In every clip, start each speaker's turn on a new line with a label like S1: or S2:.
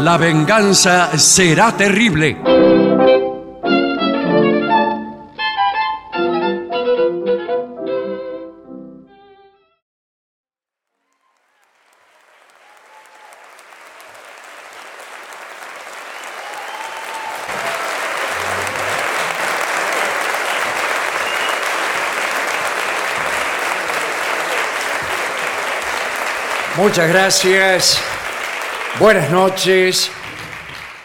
S1: La venganza será terrible.
S2: Muchas gracias. Buenas noches.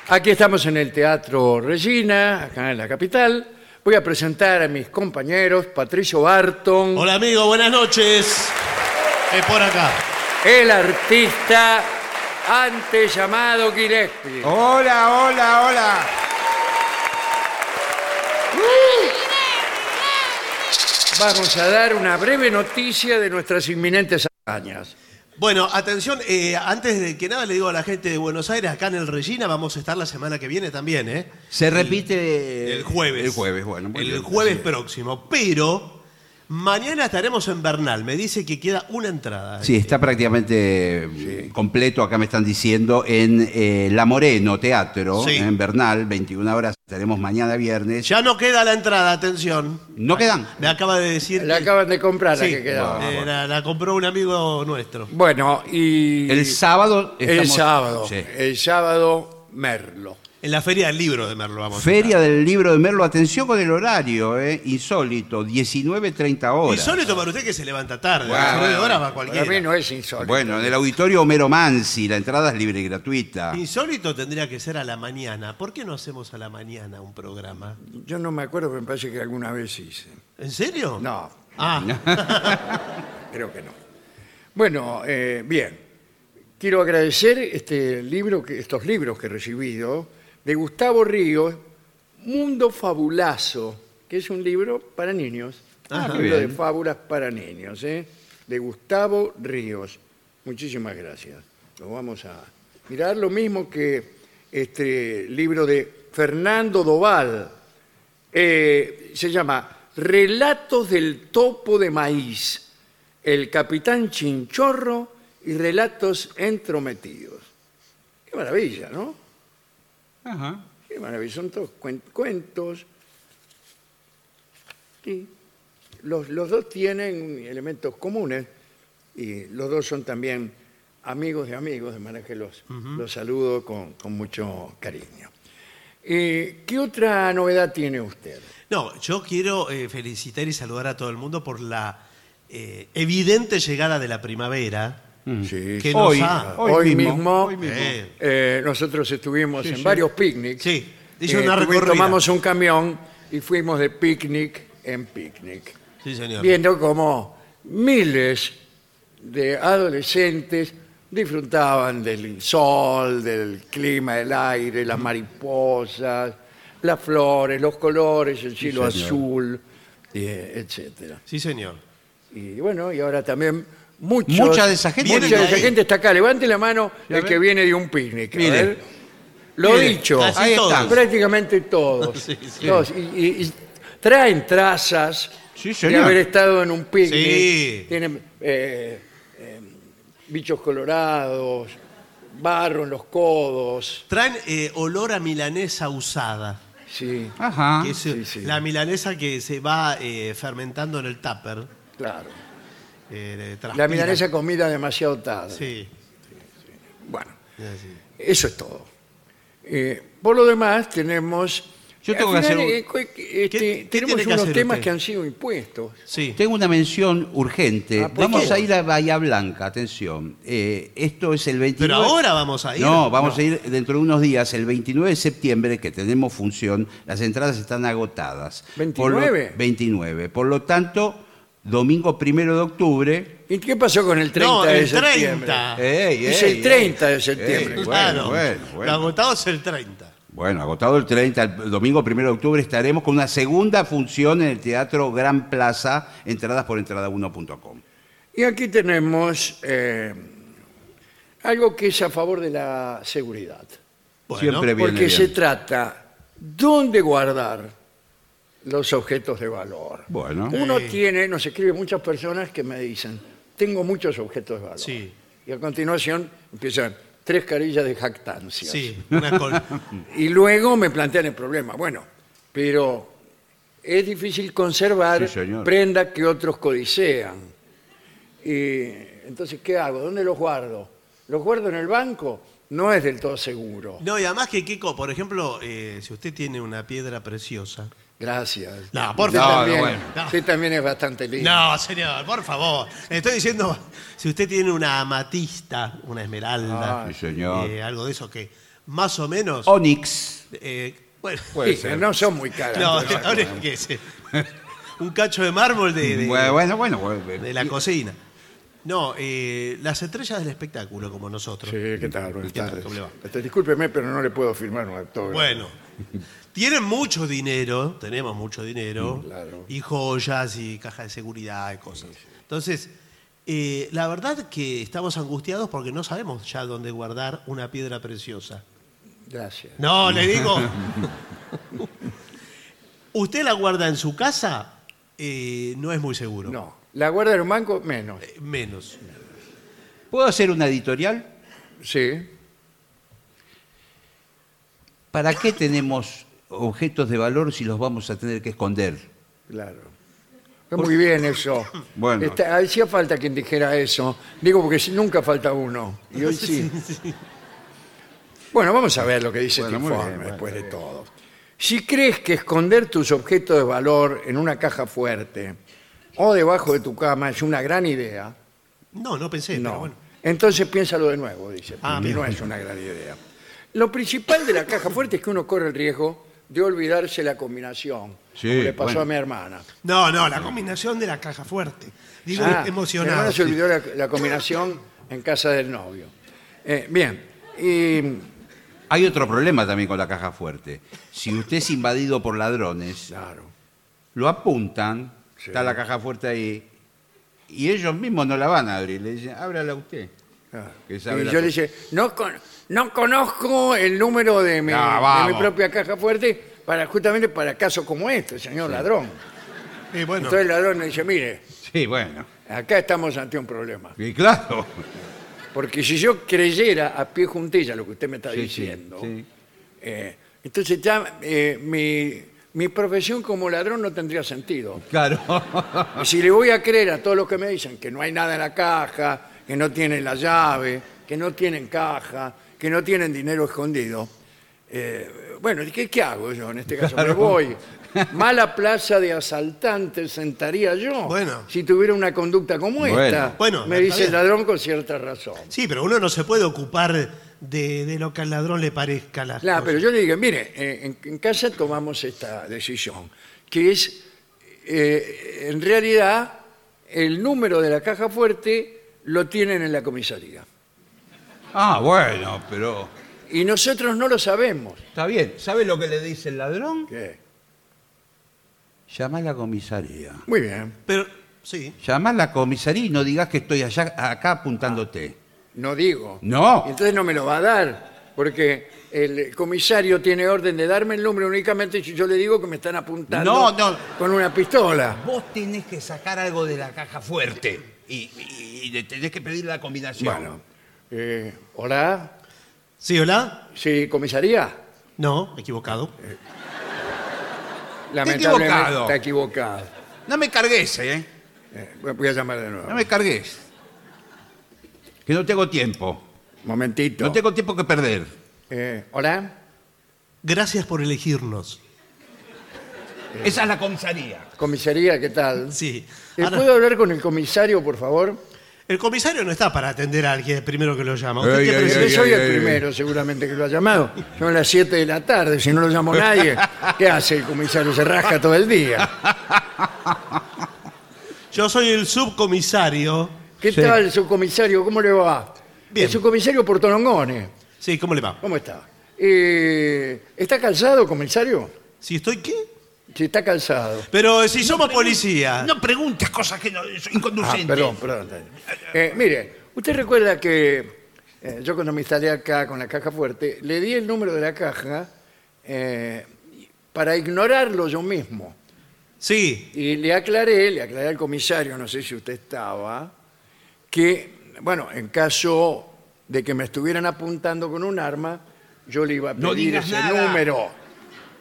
S2: Aquí estamos en el Teatro Regina, acá en la capital. Voy a presentar a mis compañeros Patricio Barton,
S3: Hola amigo, buenas noches. Es por acá.
S2: el artista antes llamado Gillespie.
S4: Hola, hola, hola.
S2: Vamos a dar una breve noticia de nuestras inminentes hazañas.
S3: Bueno, atención, eh, antes de que nada le digo a la gente de Buenos Aires, acá en el Regina vamos a estar la semana que viene también, ¿eh?
S4: Se repite
S3: El jueves.
S4: El jueves, bueno. muy
S3: El
S4: bien.
S3: jueves próximo. Pero mañana estaremos en Bernal. Me dice que queda una entrada.
S4: Sí, está prácticamente eh, completo, acá me están diciendo, en eh, La Moreno Teatro,
S3: Sí.
S4: en Bernal, 21 horas, estaremos mañana viernes.
S3: Ya no queda la entrada, atención.
S4: No quedan.
S3: Me acaba de decir.
S2: La
S3: que-
S2: acaban de comprar la
S3: Sí,
S2: que quedaba.
S3: eh, la, la compró un amigo nuestro.
S2: Bueno, y
S4: El sábado
S2: el
S4: estamos-
S2: sábado,
S4: Sí.
S2: el sábado Merlo.
S3: En la Feria del Libro de Merlo vamos. a
S4: Feria del Libro de Merlo, atención con el horario, eh, insólito, 19.30
S3: estar.
S4: horas.
S3: Insólito para usted que se levanta tarde.
S4: Bueno,
S3: a las nueve
S4: bueno,
S3: horas va
S2: Para
S3: cualquiera.
S2: mí no es insólito.
S4: Bueno, en el auditorio Homero Mansi, la entrada es libre y
S2: Ah.
S4: gratuita.
S3: Insólito tendría que ser a la mañana. ¿Por qué no hacemos a la mañana un programa?
S2: Yo no me acuerdo, pero me parece que alguna vez hice.
S3: ¿En serio?
S2: No,
S3: Ah,
S2: creo que no. Bueno, eh, bien. Quiero agradecer este libro, que- estos libros que he recibido de Gustavo Ríos, Mundo Fabulazo, que es un libro para niños.
S4: Ah,
S2: un
S4: qué
S2: libro de
S4: bien.
S2: fábulas para niños, ¿eh? De Gustavo Ríos. Muchísimas gracias. Lo vamos a mirar. Lo mismo que este libro de Fernando Doval. Eh, se llama Relatos del topo de maíz, el capitán chinchorro y relatos entrometidos. Qué maravilla, ¿no?
S4: Ajá.
S2: Qué maravilla, son todos cuen- cuentos. Sí. Los, los dos tienen elementos comunes y los dos son también amigos de amigos, de manera que los, los saludo con, con mucho cariño. Eh, ¿Qué otra novedad tiene usted?
S3: no, yo quiero eh, felicitar y saludar a todo el mundo por la eh, evidente llegada de la primavera.
S2: Sí,
S3: Que
S4: Hoy,
S3: nos ha-
S4: hoy
S2: Hoy
S4: mismo.
S2: mismo,
S4: hoy mismo.
S3: Eh,
S2: eh, nosotros estuvimos en varios picnics.
S3: Sí, hice
S2: Eh,
S3: una
S2: tuvi-
S3: recorrida.
S2: Tomamos un camión y fuimos de picnic en picnic,
S3: Sí, señor.
S2: viendo cómo miles de adolescentes disfrutaban del sol, del clima, del aire, las mariposas, las flores, los colores, el cielo
S4: señor.
S2: azul, eh, etcétera.
S3: Sí, señor.
S2: Y bueno, y ahora también muchos,
S4: Mucha de esa gente
S2: mucha
S4: viene
S2: de
S4: de
S2: esa
S4: ahí.
S2: gente está acá. Levante la mano el
S4: ven?
S2: que viene de un picnic. a
S4: Mire.
S2: ver. Lo
S3: Mire,
S2: dicho,
S3: casi
S4: ahí
S3: todos.
S4: está.
S2: prácticamente todos.
S3: Sí, sí.
S2: Todos. Y, y- y traen trazas
S4: Sí,
S2: de
S4: señor.
S2: haber estado en un picnic.
S3: Sí.
S2: Tienen eh, eh, bichos colorados, barro en los codos.
S3: Traen eh, olor a milanesa usada.
S2: Sí,
S4: Ajá.
S3: que es,
S2: Ah.
S3: eh,
S2: sí, sí.
S3: La milanesa que se va eh, fermentando en el tupper.
S2: claro.
S3: eh,
S2: La
S4: Ah,
S3: transpira.
S2: milanesa comida demasiado tarde.
S3: Sí.
S2: Bueno,
S3: sí.
S2: Eso es todo. Eh, por lo demás, tenemos.
S4: Yo tengo
S2: Al
S4: que
S2: final,
S4: hacer un-
S2: eh, cu- eh, este,
S3: qué
S2: tenemos
S3: tiene que
S2: unos
S3: hacer
S2: temas
S3: usted?
S2: que han sido impuestos.
S3: Sí.
S4: Tengo una mención urgente.
S2: Ah, ¿por
S4: vamos
S2: qué?
S4: a ir a Bahía Blanca, atención. Eh, esto es el 29.
S3: Pero ahora vamos a ir.
S4: No, vamos a ir dentro de unos días, el 29 de septiembre, que tenemos función, las entradas están agotadas. Por lo-
S2: 29.
S4: 29. Por lo tanto, domingo primero de octubre.
S2: ¿Y qué pasó con el 30
S3: No,
S2: de
S3: el
S2: septiembre? Eh,
S3: 30.
S4: Ey,
S2: Ah. Es
S4: ey,
S2: el 30 de
S4: ey.
S2: septiembre. Ah,
S4: Ey, bueno,
S3: claro.
S4: bueno, bueno.
S3: Lo agotado es el 30.
S4: Bueno, agotado el 30, el domingo 1 de octubre estaremos con una segunda función en el Teatro Gran Plaza, entradas por entrada1.com.
S2: Y aquí tenemos eh, algo que es a favor de la seguridad.
S3: Bueno,
S4: Siempre viene
S2: Porque
S4: bien.
S2: se trata dónde guardar los objetos de valor.
S4: Bueno.
S2: Uno
S3: Sí.
S2: tiene, nos escriben muchas personas que me dicen, tengo muchos objetos de valor.
S3: Sí.
S2: Y a continuación empiezan, tres carillas de jactancia.
S3: Sí, una col-
S2: Y luego me plantean el problema. Bueno, pero es difícil conservar
S4: Sí, señor.
S2: prendas que otros codicean. Y entonces, ¿qué hago? ¿Dónde los guardo? ¿Los guardo en el banco? No es del todo seguro.
S3: No, y además que Kiko, por ejemplo, eh, si usted tiene una piedra preciosa.
S2: Gracias.
S3: No, por
S2: Usted
S3: favor,
S2: también-
S4: no, bueno.
S2: Usted también es bastante lindo.
S3: No, señor, por favor. Estoy diciendo, si usted tiene una amatista, una esmeralda,
S2: Ah,
S4: sí, señor. Oh.
S3: eh, algo de eso que más o menos.
S4: Onix.
S3: eh, bueno,
S2: Sí, no son muy caras.
S3: no,
S2: entonces,
S3: ahora es que se- un cacho de mármol de, de-
S4: Bueno, bueno, bueno, bueno.
S3: de la cocina. No, eh, las estrellas del espectáculo, como nosotros.
S2: Sí, ¿qué tal? Buenas
S3: ¿Qué tal?
S2: tardes.
S3: ¿Cómo le va?
S2: Este, discúlpeme, pero no le puedo firmar un autógrafo.
S3: Bueno, tienen mucho dinero, tenemos mucho dinero,
S2: Mm, claro.
S3: y joyas y caja de seguridad y cosas. Entonces, eh, la verdad que estamos angustiados porque no sabemos ya dónde guardar una piedra preciosa.
S2: Gracias.
S3: No, le digo. Usted la guarda en su casa, eh, no es muy seguro.
S2: No. La guarda de un banco, menos.
S3: Eh, Menos.
S4: ¿Puedo hacer una editorial?
S2: Sí.
S4: ¿Para qué tenemos objetos de valor si los vamos a tener que esconder?
S2: Claro. Está Muy bien eso.
S4: Bueno.
S2: Está- hacía falta quien dijera eso. Digo porque si- nunca falta uno. Y hoy sí. Bueno, vamos a ver lo que dice
S4: Bueno,
S2: este
S4: muy bien,
S2: informe
S4: bueno,
S2: después de todo. Si crees que esconder tus objetos de valor en una caja fuerte o debajo de tu cama es una gran idea,
S3: No, no pensé,
S2: no.
S3: pero bueno.
S2: Entonces piénsalo de nuevo, dice.
S3: Ah,
S2: porque
S3: bien.
S2: no es una gran idea. Lo principal de la caja fuerte es que uno corre el riesgo de olvidarse la combinación.
S4: Sí,
S2: como le pasó
S4: bueno.
S2: a mi hermana.
S3: No, no, la combinación de la caja fuerte. Digo,
S2: Ah, mi
S3: emocionado.
S2: hermana se olvidó la, la combinación en casa del novio. Eh, bien, y
S4: Hay otro problema también con la caja fuerte. Si usted es invadido por ladrones,
S2: claro,
S4: lo apuntan,
S2: Sí.
S4: está la caja fuerte ahí, y ellos mismos no la van a abrir. Le dicen, ábrala usted.
S2: claro.
S4: Que sabe
S2: y
S4: la
S2: yo
S4: co-
S2: le dije, no, con- no conozco el número de mi,
S4: Ah,
S2: de
S4: vamos.
S2: mi propia caja fuerte para justamente para casos como este, señor ladrón.
S3: Eh, bueno,
S2: Entonces el ladrón le dice, mire,
S4: Sí, bueno.
S2: acá estamos ante un problema.
S4: Y claro.
S2: Porque si yo creyera a pie juntilla lo que usted me está
S4: Sí, sí,
S2: diciendo,
S4: sí.
S2: eh, entonces ya eh, mi, mi profesión como ladrón no tendría sentido.
S4: Claro.
S2: Y si le voy a creer a todos los que me dicen que no hay nada en la caja, que no tienen la llave, que no tienen caja, que no tienen dinero escondido, eh, bueno, ¿y ¿qué, qué hago yo en este caso? Me
S4: Claro.
S2: voy. Mala plaza de asaltante sentaría yo
S3: Bueno.
S2: si tuviera una conducta como
S4: Bueno.
S2: esta.
S3: Bueno,
S2: me
S3: está
S2: dice el
S3: bien.
S2: ladrón con cierta razón.
S3: Sí, pero uno no se puede ocupar de, de lo que al ladrón le parezca la
S2: Claro, pero yo le digo, mire, eh, en, en casa tomamos esta decisión, que es, eh, en realidad, el número de la caja fuerte lo tienen en la comisaría.
S4: Ah, bueno, pero.
S2: Y nosotros no lo sabemos.
S4: Está bien. ¿Sabe lo que le dice el ladrón?
S2: ¿Qué?
S4: Llama a la comisaría.
S2: Muy bien.
S3: Pero, sí.
S4: Llama a la comisaría y no digas que estoy allá, acá apuntándote.
S2: No digo.
S4: No.
S2: Y Entonces no me lo va a dar, porque el comisario tiene orden de darme el número únicamente si yo le digo que me están apuntando
S4: No, no.
S2: con una pistola.
S4: Vos tenés que sacar algo de la caja fuerte y, y- y le tenés que pedir la combinación.
S2: Bueno, eh, hola,
S3: ¿Sí, hola?
S2: sí, comisaría.
S3: No, equivocado.
S2: Lamentablemente
S4: equivocado.
S2: está equivocado.
S4: No me cargues, ¿eh?
S2: Eh, Voy a llamar de nuevo.
S4: No me cargues. Que no tengo tiempo.
S2: Momentito.
S4: No tengo tiempo que perder.
S2: Eh, Hola,
S3: Gracias por elegirnos.
S4: Esa es la comisaría.
S2: comisaría, ¿qué tal?
S3: Sí.
S2: Eh,
S3: Ahora,
S2: ¿Puedo hablar con el comisario, por favor?
S3: el comisario no está para atender a alguien primero que lo llama. ¿Usted
S4: Ey,
S3: qué
S4: ey,
S3: presi-
S2: Yo
S4: ey,
S2: soy
S4: ey,
S2: el
S4: ey, ey.
S2: primero, seguramente, que lo ha llamado. Son las 7 de la tarde, si no lo llamó nadie, ¿qué hace el comisario? Se rasca todo el día.
S3: Yo soy el subcomisario.
S2: ¿Qué
S4: Sí.
S2: tal, subcomisario? ¿Cómo le va? Eh,
S3: Bien.
S2: El subcomisario Portolongone.
S3: Sí, ¿cómo le va?
S2: ¿Cómo está? Eh, ¿Está calzado, comisario?
S3: ¿Si estoy qué?
S2: Sí, está calzado.
S3: Pero eh, si somos policía.
S4: No preguntes cosas que no, son
S2: Ah,
S4: inconducentes.
S2: perdón, perdón. Eh, mire, usted recuerda que eh, yo cuando me instalé acá con la caja fuerte, le di el número de la caja eh, para ignorarlo yo mismo.
S3: Sí.
S2: Y le aclaré, le aclaré al comisario, no sé si usted estaba, que, bueno, en caso de que me estuvieran apuntando con un arma, yo le iba a pedir
S4: No digas
S2: ese
S4: nada.
S2: número.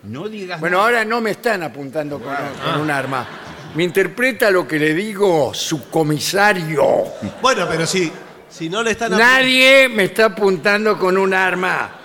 S4: No digas
S2: Bueno, ahora no me están apuntando con, con un arma. Me interpreta lo que le digo su comisario.
S3: Bueno, pero si, si no le están... apu-
S2: Nadie me está apuntando con un arma.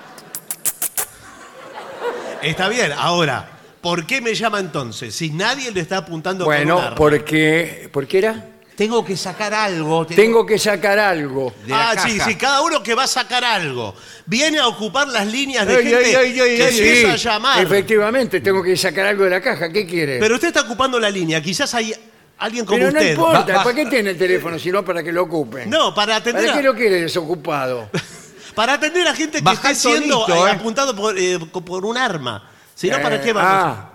S3: Está bien, ahora, ¿por qué me llama entonces? Si nadie le está apuntando con un
S2: Bueno,
S3: arma.
S2: porque. ¿Por qué era?
S4: Tengo que sacar algo.
S2: Tengo que sacar algo.
S4: de la
S3: Ah, sí,
S4: caja.
S3: sí, cada uno que va a sacar algo. Viene a ocupar las líneas de
S4: Ey,
S3: gente
S4: ey, ey, ey,
S3: que
S4: ey,
S3: empieza
S4: ey.
S3: a llamar.
S2: Efectivamente, tengo que sacar algo de la caja. ¿Qué quiere?
S3: Pero usted está ocupando la línea, quizás hay alguien como
S2: Pero no
S3: usted.
S2: importa,
S4: Va- va-
S2: ¿para qué tiene el teléfono? Si no, para que lo ocupen.
S3: No, para atender,
S2: ¿Para
S3: a,
S2: qué lo quiere desocupado?
S3: para atender a gente que está
S4: Baja el
S3: siendo
S4: tonito,
S3: eh,
S4: eh.
S3: apuntado por, eh, co- por un arma. Si no, ¿para
S2: Eh,
S3: qué vamos?
S2: Ah,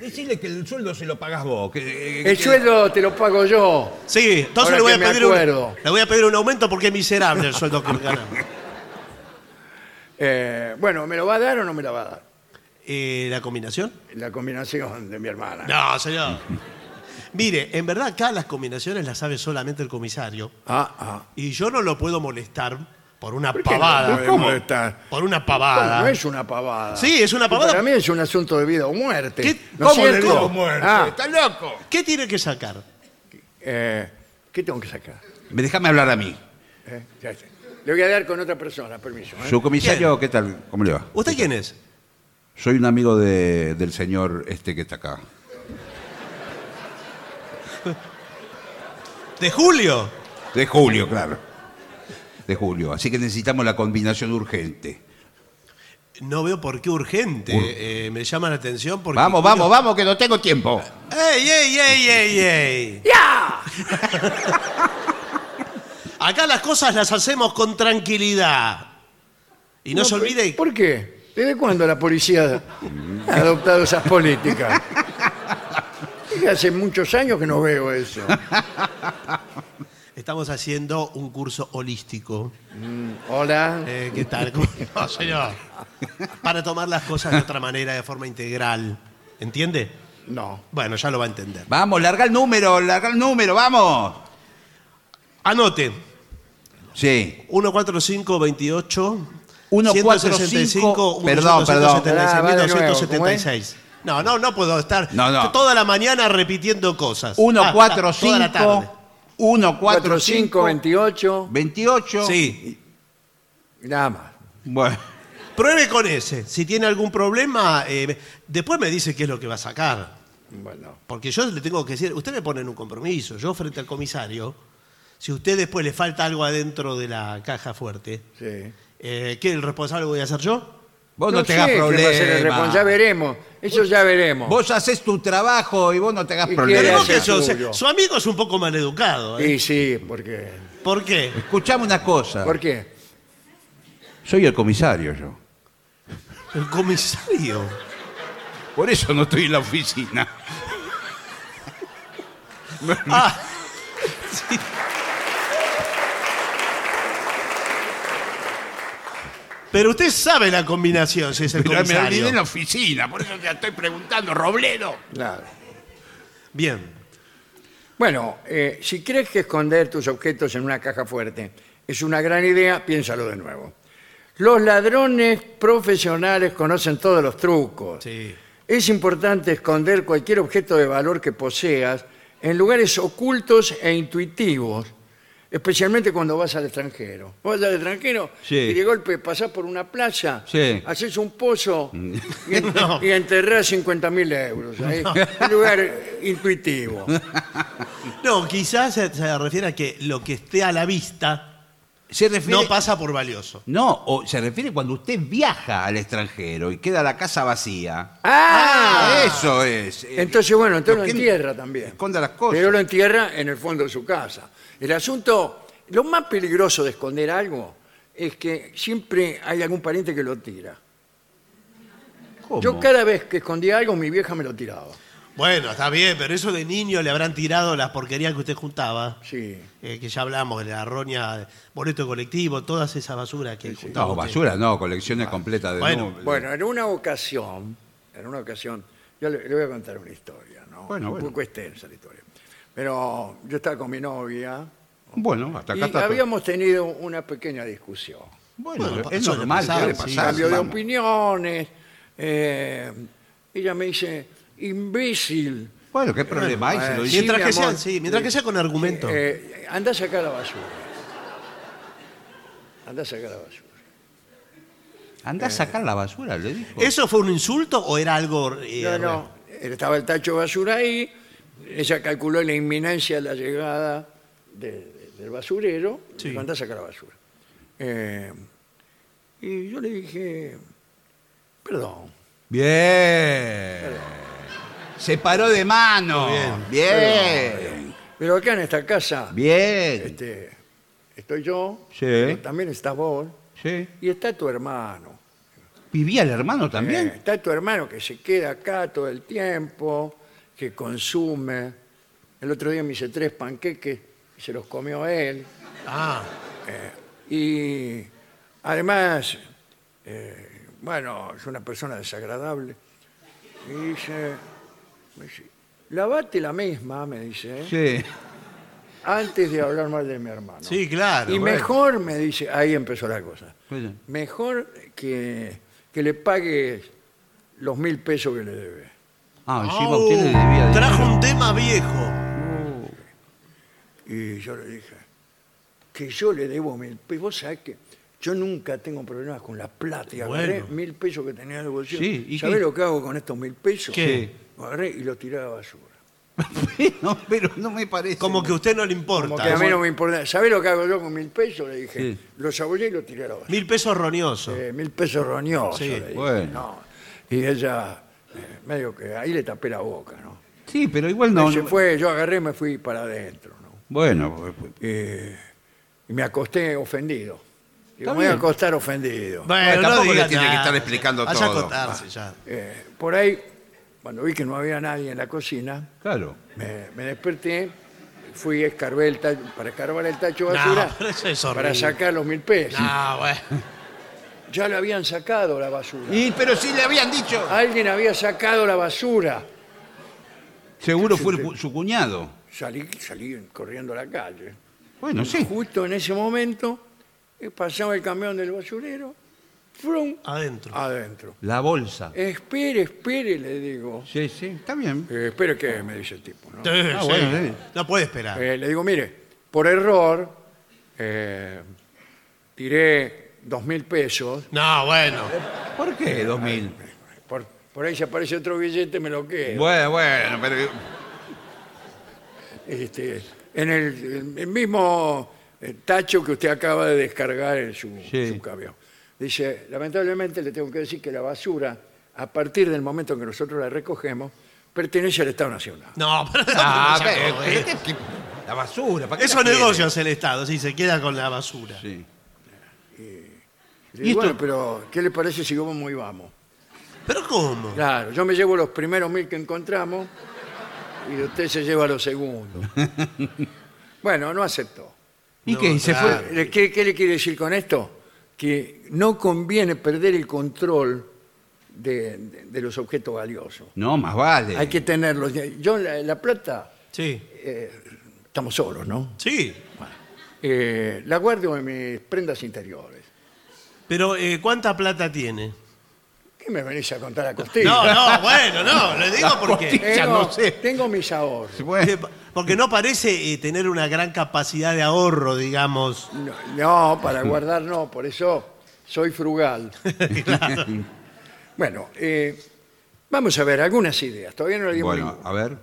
S4: Decirle que el sueldo se lo pagas vos. que- eh, que-
S2: el sueldo te lo pago yo.
S3: Sí, entonces
S2: Ahora
S3: le voy, a
S2: que me
S3: pedir un,
S2: acuerdo.
S3: le voy a pedir un aumento porque es miserable el sueldo que me gana.
S2: Eh, bueno, ¿me lo va a dar o no me la va a dar?
S3: Eh, ¿La combinación?
S2: La combinación de mi hermana.
S3: No, señor. Mire, en verdad acá las combinaciones las sabe solamente el comisario.
S2: Ah, ah.
S3: Y yo no lo puedo molestar por una
S2: qué no
S3: pavada.
S2: puede ¿Cómo? molestar?
S3: Por una pavada.
S2: No es una pavada.
S3: Sí, es una
S2: Y
S3: pavada.
S2: Para mí es un asunto de vida o muerte.
S3: ¿Qué?
S2: ¿No es
S3: ¿Cómo de
S2: cierto?
S3: vida o
S4: muerte?
S2: Ah,
S4: Está loco.
S3: ¿Qué tiene que sacar?
S2: eh, ¿Qué tengo que sacar?
S4: Me déjame hablar a mí.
S2: Eh, ya está. Le voy a dar con otra persona, permiso. ¿eh?
S4: Su comisario, ¿qué tal? ¿Cómo le va?
S3: ¿Usted quién es?
S4: Soy un amigo de- del señor este que está acá.
S3: ¿De Julio?
S4: De Julio, claro. De Julio. Así que necesitamos la combinación urgente.
S3: No veo por qué urgente. Eh, me llama la atención porque...
S4: Vamos, vamos, vamos, que no tengo tiempo.
S3: ¡Ey, ey, ey, ey, ey!
S2: ¡Ya!
S3: Acá las cosas las hacemos con tranquilidad. Y no, se
S2: pero-
S3: olvide...
S2: ¿Por qué? ¿Desde cuándo la policía ha adoptado esas políticas? Y Hace muchos años que no veo eso.
S3: Estamos haciendo un curso holístico.
S2: Hola.
S3: Eh, ¿Qué tal? ¿Cómo- No, señor. Para tomar las cosas de otra manera, de forma integral. ¿Entiende?
S2: No.
S3: Bueno, ya lo va a entender.
S4: Vamos, larga el número, larga el número, vamos.
S3: Anote. Ah,
S4: Sí.
S3: 145 28
S4: 145, perdón, perdón.
S2: Ah, va de nuevo,
S3: 276. No, no, no puedo estar
S4: No, no.
S3: toda la mañana repitiendo cosas. Ah,
S4: 1,
S3: ah,
S4: 4,
S3: toda la tarde.
S4: 5. 1, 4, 5,
S2: 28.
S4: 28.
S3: Sí.
S2: Nada más.
S4: Bueno.
S3: Pruebe con ese. Si tiene algún problema, eh, después me dice qué es lo que va a sacar.
S2: Bueno.
S3: Porque yo le tengo que decir, usted me pone en un compromiso, yo frente al comisario, si a usted después le falta algo adentro de la caja fuerte,
S2: Sí.
S3: eh, ¿qué el responsable voy a ser yo?
S4: Vos no,
S2: te
S4: te hagas
S2: Ya
S4: problema.
S2: veremos. Eso ya veremos.
S4: Vos haces tu trabajo y vos no te hagas
S2: ¿Y
S4: problema.
S2: qué
S3: Pero
S2: Pero
S3: vos que
S2: ese
S3: sos-
S2: es suyo.
S3: su amigo es un poco maleducado. ¿eh?
S2: Y sí, porque.
S3: ¿Por qué?
S4: Escuchame una cosa.
S2: ¿Por qué?
S4: Soy el comisario yo.
S3: El comisario.
S4: Por eso no estoy en la oficina.
S3: Ah, sí. Pero usted sabe la combinación, si es el
S4: Pero me olvidé
S3: comisario.
S4: en la oficina, por eso te estoy preguntando, Robledo.
S2: Claro.
S3: Bien.
S2: Bueno, eh, si crees que esconder tus objetos en una caja fuerte es una gran idea, piénsalo de nuevo. Los ladrones profesionales conocen todos los trucos.
S3: Sí.
S2: Es importante esconder cualquier objeto de valor que poseas en lugares ocultos e intuitivos, especialmente cuando vas al extranjero. Vos vas al extranjero
S4: Sí.
S2: y de golpe pasás por una plaza,
S4: Sí. Mm.
S2: haces un pozo y, en-
S3: No.
S2: y enterrás 50.000 euros. ahí. Un lugar intuitivo.
S3: No, quizás se, se refiere a que lo que esté a la vista
S4: Se refiere.
S3: no pasa por valioso.
S4: No, o se refiere cuando usted viaja al extranjero y queda la casa vacía.
S2: ¡Ah!
S4: eso es. Eh,
S2: Entonces, bueno, entonces lo
S4: que-
S2: entierra también.
S4: Esconda las cosas.
S2: Pero lo entierra en el fondo de su casa. El asunto, lo más peligroso de esconder algo es que siempre hay algún pariente que lo tira.
S4: ¿Cómo?
S2: Yo cada vez que escondía algo, mi vieja me lo tiraba.
S3: Bueno, está bien, pero eso de niño le habrán tirado las porquerías que usted juntaba.
S2: Sí.
S3: Eh, que ya hablamos de la roña, boleto colectivo, todas esas basuras que juntaba.
S4: No,
S3: usted.
S4: basura no, colecciones completas de
S3: Bueno,
S4: no-
S2: Bueno, en una ocasión, en una ocasión, yo le, le voy a contar una historia, ¿no?
S4: Bueno,
S2: Un
S4: bueno.
S2: poco extensa la historia. Pero yo estaba con mi novia,
S4: Bueno, hasta
S2: Y
S4: acá está. todo.
S2: habíamos tenido una pequeña discusión.
S4: Bueno,
S3: Bueno,
S4: es
S3: suele
S4: normal,
S3: pasar,
S4: suele
S3: sí.
S4: pasar.
S2: Cambio de
S4: Ah, vamos.
S2: opiniones. eh, ella me dice, imbécil.
S4: Bueno, ¿qué problema hay? Si lo
S2: eh,
S4: dice-
S2: sí,
S3: Mientras
S2: mi
S3: que sea-
S2: amor.
S3: sí, mientras que sea con argumento.
S2: Eh, anda a sacar la basura. Anda a sacar la basura.
S4: Anda a sacar la basura, le
S2: Eh,
S4: dijo.
S3: ¿Eso fue un insulto o era algo.? eh,
S2: No,
S3: real?
S2: no. Estaba el tacho de basura ahí. Ella calculó la inminencia de la llegada de- de- del basurero.
S3: Sí.
S2: Y mandó a sacar la basura. Eh, y yo le dije, perdón.
S4: Bien. Se paró de mano.
S3: Muy
S4: Bien. Bien.
S2: Pero acá en esta casa
S4: Bien.
S2: este, estoy yo,
S4: Sí.
S2: pero también estás vos
S4: Sí.
S2: y está tu hermano.
S4: ¿Vivía el hermano también?
S2: Eh, está tu hermano que se queda acá todo el tiempo, que consume. El otro día me hice tres panqueques y se los comió él.
S3: Ah,
S2: Eh, Y además, eh, bueno, es una persona desagradable. Y dice, me dice, lavate la misma, me dice, ¿eh?
S4: Sí.
S2: antes de hablar mal de mi hermano.
S3: sí, claro.
S2: y
S3: bueno.
S2: mejor, me dice, ahí empezó la cosa,
S4: Bueno.
S2: mejor que, que le pagues los mil pesos que le debe.
S4: Ah, encima
S3: Au,
S4: usted le debía. de-
S3: Oh, trajo un tema viejo.
S2: Y yo le dije, que yo le debo mil pesos. Vos sabés que yo nunca tengo problemas con la plata. Y agarré
S3: Bueno.
S2: mil pesos que tenía en el bolsillo.
S4: Sí, ¿y
S2: ¿Sabés
S4: qué?
S2: lo que hago con estos mil pesos?
S3: ¿Qué?
S2: Agarré y los tiré a la basura.
S4: no, pero no me parece.
S3: Como que a usted no le importa.
S2: Como que a mí no me importa. ¿Sabés lo que hago yo con mil pesos? Le dije,
S4: Sí.
S2: los abollé y los tiré a la basura.
S3: Mil pesos roñoso.
S2: Eh, mil pesos roñosos.
S3: Sí,
S2: le dije,
S4: bueno.
S2: no. Y ella, eh, medio que ahí le tapé la boca, ¿no?
S4: Sí, pero igual no.
S2: Y se
S4: no-
S2: fue, yo agarré y me fui para adentro, ¿no?
S4: Bueno, pues, pues,
S2: Eh, y me acosté ofendido. Digo,
S4: Está
S2: me voy a
S4: bien.
S2: acostar ofendido.
S4: Bueno, tampoco
S3: diga
S4: le tiene que
S3: nada.
S4: estar explicando
S3: Vaya a
S4: todo.
S3: acotarse ya.
S2: Eh, por ahí, cuando vi que no había nadie en la cocina,
S4: claro.
S2: me, me desperté, fui a escarbar el tacho, para escarbar el tacho de
S3: No,
S2: basura
S3: pero eso es
S2: para
S3: horrible.
S2: sacar los mil pesos.
S3: Ah, bueno.
S2: Ya lo habían sacado la basura.
S4: Y, pero sí le habían dicho.
S2: Alguien había sacado la basura.
S4: Seguro fue el cu- su cuñado.
S2: Salí, salí corriendo a la calle.
S4: Bueno, sí.
S2: Justo en ese momento, eh, pasaba el camión del basurero, ¡frum!
S3: Adentro.
S2: adentro.
S4: La bolsa.
S2: Espere, espere, le digo.
S4: Sí, sí, está bien.
S2: Eh, espere que me dice el tipo. ¿no?
S3: Sí,
S4: Ah,
S3: sí.
S4: bueno, sí.
S3: No puede esperar.
S2: Eh, le digo, mire, por error eh, tiré dos mil pesos.
S3: No, bueno.
S4: ¿Por qué 2000?
S2: Por, por ahí se aparece otro billete, me lo quedo.
S4: Bueno, bueno, pero.
S2: Este, en el, el mismo eh, tacho que usted acaba de descargar en su,
S4: Sí.
S2: su camión. Dice, lamentablemente le tengo que decir que la basura, a partir del momento en que nosotros la recogemos, pertenece al Estado Nacional.
S3: No, pero
S4: Ah,
S3: no,
S4: pero-
S3: no,
S4: pero
S3: eh. Este
S4: ¿qué- qué- la basura. ¿para qué
S3: Esos
S4: la quiere?
S3: negocios el Estado, sí, se queda con la basura.
S4: Sí.
S2: Le
S4: ¿Y
S2: digo,
S4: esto-
S2: bueno, pero ¿qué le parece si vamos y vamos?
S3: ¿Pero cómo?
S2: Claro, yo me llevo los primeros mil que encontramos y usted se lleva los segundos. bueno, no aceptó. Ah,
S4: ¿Y
S3: No,
S4: qué? ¿Y se
S3: claro.
S4: fue?
S2: ¿Le- ¿Qué, qué le quiere decir con esto? Que no conviene perder el control de, de- de los objetos valiosos.
S4: No, más vale.
S2: Hay que tenerlos. Yo, la, la plata, eh,
S3: Sí.
S2: estamos solos, ¿no?
S3: Sí.
S2: Eh, la guardo en mis prendas interiores.
S3: Pero eh, ¿cuánta plata tiene?
S2: ¿Qué me venís a contar a costilla?
S3: No, no, bueno, no, le digo porque.
S4: ya
S2: Tengo-
S4: no sé.
S2: Tengo mis ahorros.
S4: Bueno,
S3: Porque no parece eh, tener una gran capacidad de ahorro, digamos.
S2: No, no, para guardar no, por eso soy frugal. Bueno, eh, vamos a ver algunas ideas. Todavía no le dimos
S4: bueno,
S2: ninguna.
S4: a ver.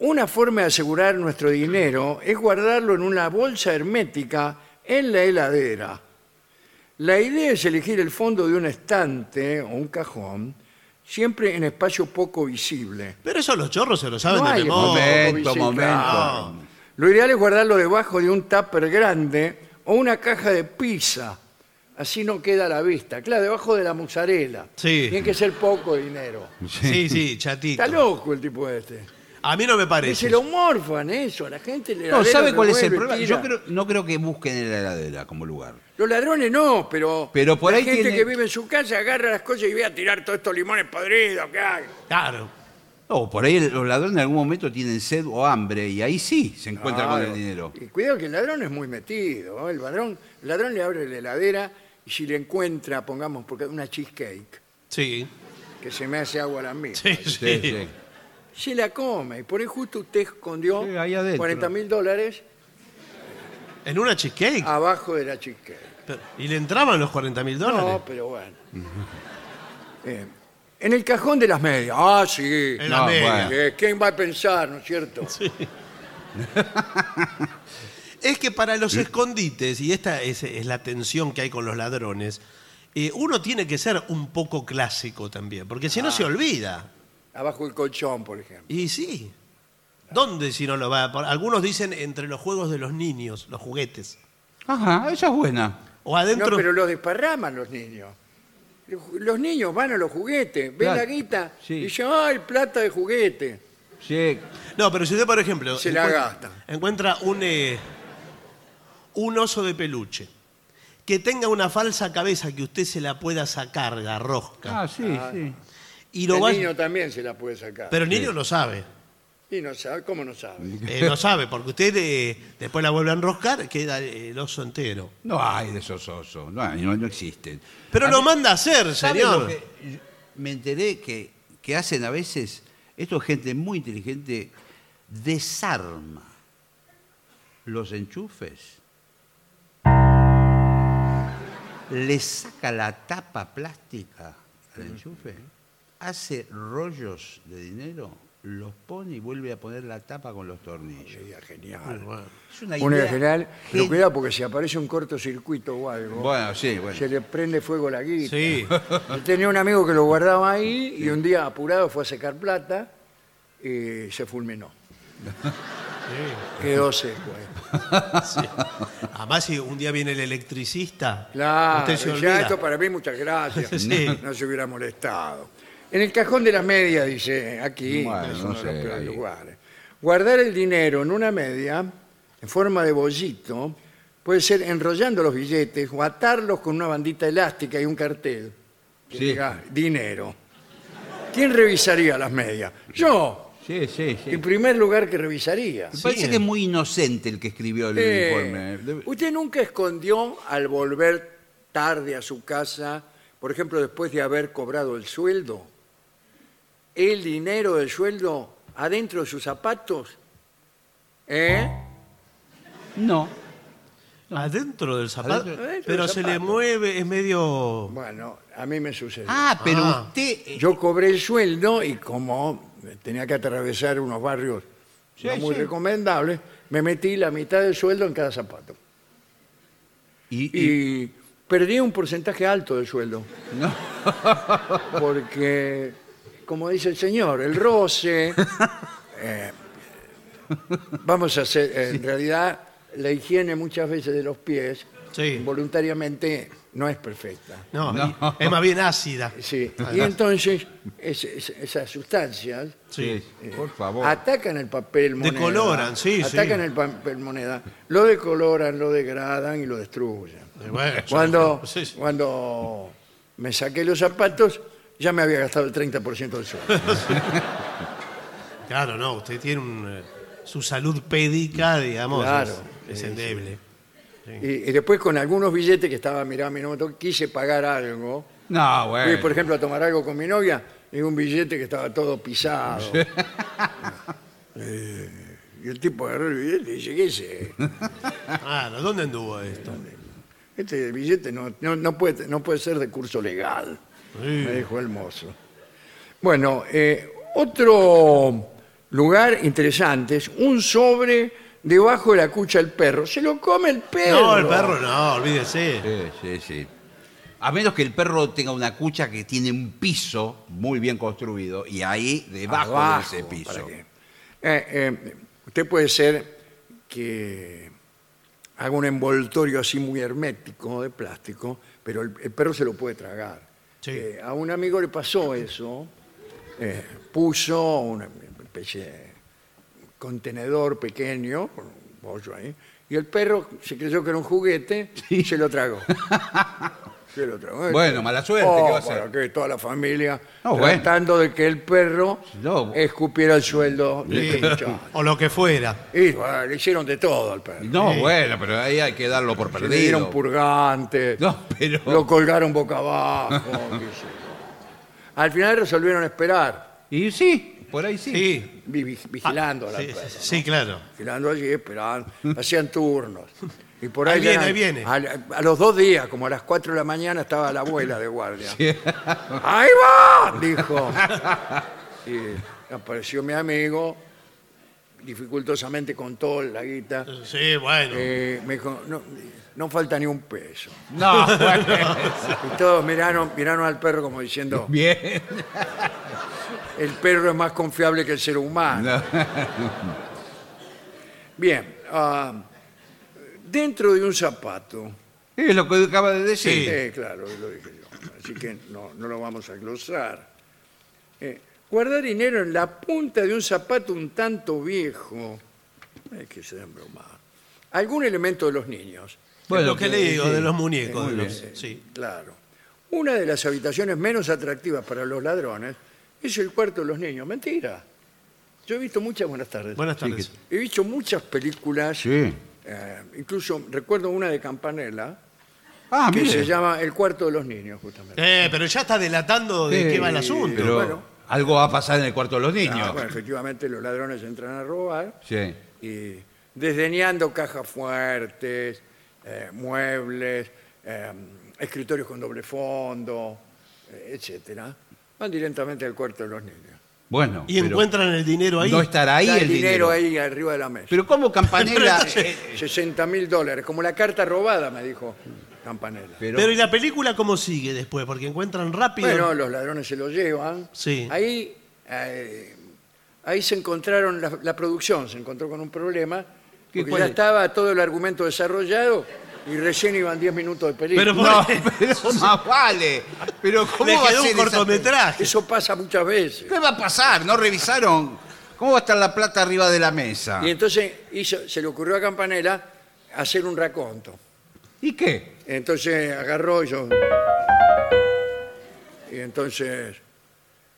S2: Una forma de asegurar nuestro dinero es guardarlo en una bolsa hermética en la heladera. La idea es elegir el fondo de un estante o un cajón, siempre en espacio poco visible.
S3: Pero eso los chorros se lo saben
S2: No
S3: de
S2: hay
S3: memoria. Ah,
S2: espacio
S4: Momento,
S2: poco visible.
S4: momento.
S2: No. Lo ideal es guardarlo debajo de un tupper grande o una caja de pizza. Así no queda a la vista. Claro, debajo de la mozzarella.
S3: Sí.
S2: Tiene que ser poco dinero.
S3: Sí, sí, chatito.
S2: Está loco el tipo este.
S3: A mí no me
S2: Que
S3: parece.
S2: se lo morfan eso, la gente le
S4: No, ¿sabe cuál es el problema? Yo creo- no creo que busquen en la heladera como lugar.
S2: Los ladrones no, pero,
S4: Pero por
S2: la
S4: ahí
S2: gente
S4: tiene-
S2: que vive en su casa agarra las cosas y ve a tirar todos estos limones podridos que hay.
S3: Claro.
S4: O por ahí los ladrones en algún momento tienen sed o hambre y ahí sí se encuentran con el
S2: Claro.
S4: dinero.
S2: Y cuidado que el ladrón es muy metido. ¿no? El ladrón, el ladrón le abre la heladera y si le encuentra, pongamos, porque una cheesecake,
S3: Sí.
S2: que se me hace agua a la misma,
S3: Sí,
S4: Sí,
S3: sí.
S4: sí.
S2: se la come. Y por ahí justo usted escondió
S4: Sí, ahí adentro.
S2: 40 mil dólares
S3: En una cheesecake.
S2: abajo de la cheesecake.
S3: Pero- Y le entraban los 40 mil dólares.
S2: Ah. No, pero bueno. Eh, en el cajón de las medias. Ah, sí.
S3: en
S4: no,
S3: la media.
S4: bueno.
S2: Eh, ¿Quién va a pensar, no es cierto?
S3: Es que para los escondites, y esta es, es la tensión que hay con los ladrones, eh, uno tiene que ser un poco clásico también, porque si no se olvida.
S2: Abajo del colchón, por ejemplo.
S3: Y sí. ¿Dónde si no lo va? Por- Algunos dicen entre los juegos de los niños, los juguetes.
S4: Ajá, esa es buena.
S3: O adentro.
S2: No, pero los desparraman los niños. Los ju- Los niños van a los juguetes, ven
S4: Claro,
S2: la guita
S4: sí.
S2: y dicen, ¡ay, plata de juguete!
S4: Sí.
S3: No, pero si usted, por ejemplo.
S2: Se la
S3: encuent-
S2: gasta.
S3: Encuentra un, eh, un oso de peluche que tenga una falsa cabeza que usted se la pueda sacar, la rosca.
S4: Ah, sí, sí.
S3: y
S2: El
S3: lo va.
S2: niño también se la puede sacar.
S3: Pero el niño lo sabe.
S2: Y no sabe, ¿cómo no sabe?
S3: Eh, lo sabe, porque usted eh, después la vuelve a enroscar, queda el oso entero.
S4: No hay de esos osos, no, hay, no, no existen.
S3: Pero
S4: A
S3: lo
S4: mí-
S3: manda a hacer,
S4: ¿sabe lo
S3: señor.
S4: que- me enteré que, que hacen a veces, esto es gente muy inteligente, desarma los enchufes. Le saca la tapa plástica al enchufe, hace rollos de dinero, los pone y vuelve a poner la tapa con los tornillos.
S2: Sería genial.
S4: Es
S2: Una
S4: una idea
S2: idea genial, pero
S4: gen-
S2: cuidado porque si aparece un cortocircuito o algo,
S4: Bueno, sí, bueno.
S2: se le prende fuego la guita.
S3: Sí.
S2: Yo tenía un amigo que lo guardaba ahí y un día apurado fue a sacar plata y se fulminó. Quedó seco. eh.
S3: Sí. Además, si un día viene el electricista,
S2: Claro,
S3: usted se
S2: ya
S3: olvida.
S2: esto para mí, muchas gracias.
S3: Sí.
S2: No se hubiera molestado. En el cajón de las medias, dice, aquí,
S4: Bueno,
S2: es
S4: no
S2: uno de los
S4: sé,
S2: peores
S4: ahí.
S2: lugares. Guardar el dinero en una media, en forma de bollito, puede ser enrollando los billetes o atarlos con una bandita elástica y un cartel que
S4: Sí.
S2: diga dinero. ¿Quién revisaría las medias? Yo,
S4: Sí, sí, sí.
S2: en primer lugar que revisaría.
S4: Me parece
S3: Sí.
S4: que es muy inocente el que escribió el
S2: Eh,
S4: informe. Debe-
S2: ¿Usted nunca escondió al volver tarde a su casa, por ejemplo, después de haber cobrado el sueldo, el dinero del sueldo adentro de sus zapatos? ¿Eh?
S4: No.
S3: Adentro del zapato.
S4: Adentro-
S2: Adentro
S3: pero
S2: del
S3: se le
S2: zapato.
S3: mueve, es medio.
S2: Bueno, a mí me sucedió.
S4: Ah, pero
S3: Ah.
S4: usted. eh,
S2: Yo cobré el sueldo y como tenía que atravesar unos barrios
S4: Sí,
S2: no muy
S4: sí.
S2: recomendables, me metí la mitad del sueldo en cada zapato.
S4: y- y-
S2: Y perdí un porcentaje alto del sueldo.
S4: no.
S2: porque, como dice el señor, el roce. eh, vamos a hacer, eh, en realidad, la higiene muchas veces de los pies,
S3: Sí.
S2: voluntariamente, no es perfecta.
S3: No,
S4: No.
S3: y- es más bien ácida.
S2: Sí. Y entonces, es- es- esas sustancias
S3: Sí.
S2: eh,
S4: Sí, Por favor.
S2: atacan el papel moneda.
S3: Decoloran, sí, sí.
S2: Atacan el papel moneda. Lo decoloran, lo degradan y lo destruyen.
S3: Eh, bueno,
S2: Cuando,
S3: sí, sí.
S2: cuando me saqué los zapatos, ya me había gastado el 30% del sueldo.
S3: Claro, no, usted tiene un, eh, su salud pédica, digamos,
S2: Claro.
S3: es, es endeble.
S2: Y, y después con algunos billetes que estaba mirando mi novio, quise pagar algo.
S4: No, bueno.
S2: Fui, por ejemplo, a tomar algo con mi novia y un billete que estaba todo pisado. Eh, y el tipo agarró el billete y dice, ¿qué es esto?
S3: Claro, ¿dónde anduvo esto?
S2: Este billete no, no- no puede, no puede ser de curso legal.
S3: Sí.
S2: Me dijo el mozo. Bueno, eh, otro lugar interesante es un sobre debajo de la cucha del perro. Se lo come el perro.
S3: No, el perro no, olvídese.
S4: Sí, sí, sí. A menos que el perro tenga una cucha que tiene un piso muy bien construido y ahí debajo
S2: Abajo,
S4: de ese
S2: ¿para
S4: piso.
S2: qué? Eh, eh, usted puede ser que haga un envoltorio así muy hermético de plástico, pero el, el perro se lo puede tragar.
S3: Sí.
S2: Eh, a un amigo le pasó eso, eh, puso una especie de contenedor pequeño, con un bollo ahí, y el perro se creyó que era un juguete y se lo tragó. ¿Qué lo trajo este?
S4: Bueno, mala suerte,
S2: Oh,
S4: ¿qué va a hacer?
S2: para que toda la familia
S4: No, bueno.
S2: tratando de que el perro
S4: No.
S2: escupiera el sueldo. del
S3: Sí.
S2: muchacho.
S3: o lo que fuera.
S2: Y bueno, le hicieron de todo al perro.
S4: No,
S3: Sí.
S4: bueno, pero ahí hay que darlo por
S2: Le dieron
S4: perdido.
S2: purgante.
S4: No, pero-
S2: Lo colgaron boca abajo. qué sé yo. Al final resolvieron esperar,
S4: Y sí, por ahí sí.
S3: Sí,
S2: vi- vi- vigilando a la
S3: Ah, sí,
S2: perra,
S3: sí, claro.
S2: Vigilando allí, esperando. Hacían turnos. Y por ahí,
S3: Ahí viene,
S2: eran-
S3: ahí viene.
S2: A, a los dos días, como a las cuatro de la mañana, estaba la abuela de guardia. ¡Ahí va! Dijo. Y apareció mi amigo, dificultosamente contó la guita.
S3: Sí, bueno.
S2: Eh, me dijo, no, no falta ni un peso.
S4: No, bueno.
S2: Y todos miraron, miraron al perro como diciendo,
S4: Bien.
S2: el perro es más confiable que el ser humano.
S4: No.
S2: Bien, ah, dentro de un zapato,
S4: Es lo que acaba de decir.
S3: Sí.
S2: eh, claro, lo dije yo, así que no, no lo vamos a glosar. Eh, guardar dinero en la punta de un zapato un tanto viejo, es que se dan broma. Algún elemento de los niños, Eh,
S3: Bueno,
S4: Bueno,
S3: lo que
S4: sí,
S3: le digo
S4: sí.
S3: de los muñecos. de los-
S2: bien.
S3: sí.
S2: claro. Una de las habitaciones menos atractivas para los ladrones es el cuarto de los niños. Mentira. Yo he visto muchas buenas tardes.
S3: Buenas tardes.
S4: que-
S2: He visto muchas películas,
S4: Sí.
S2: eh, incluso recuerdo una de Campanella,
S4: Ah,
S2: que
S4: mire.
S2: se llama El cuarto de los niños, justamente.
S3: Eh, pero ya está delatando de
S4: Sí,
S3: qué va el asunto.
S4: Pero
S2: Bueno.
S4: algo va a pasar en el cuarto de los niños.
S2: Ah, bueno, efectivamente los ladrones entran a robar
S4: Sí.
S2: y desdeñando cajas fuertes, eh, muebles, eh, escritorios con doble fondo, eh, etcétera, van directamente al cuarto de los niños.
S4: Bueno.
S3: y
S4: pero
S3: encuentran el dinero ahí.
S4: No estará ahí
S2: Está
S4: el dinero.
S2: ahí arriba de la mesa.
S4: Pero como Campanella. eh,
S2: 60 mil dólares, como la carta robada, me dijo Campanella.
S4: pero,
S3: Pero ¿y la película cómo sigue después? Porque encuentran rápido.
S2: Bueno, los ladrones se lo llevan.
S3: Sí.
S2: Ahí, eh, ahí se encontraron, la, la producción se encontró con un problema,
S4: ¿Qué,
S2: porque
S4: cuál
S2: ya
S4: es?
S2: estaba todo el argumento desarrollado y recién iban 10 minutos de película.
S3: Pero por-
S4: no, pero más vale. Pero ¿cómo
S3: le
S4: va a
S3: quedó
S4: ser
S3: un
S4: esa-
S3: cortometraje.
S2: Eso pasa muchas veces.
S4: ¿Qué va a pasar? ¿No revisaron? ¿Cómo va a estar la plata arriba de la mesa?
S2: Y entonces hizo- se le ocurrió a Campanella hacer un raconto.
S4: ¿Y qué?
S2: Entonces agarró y yo. Y entonces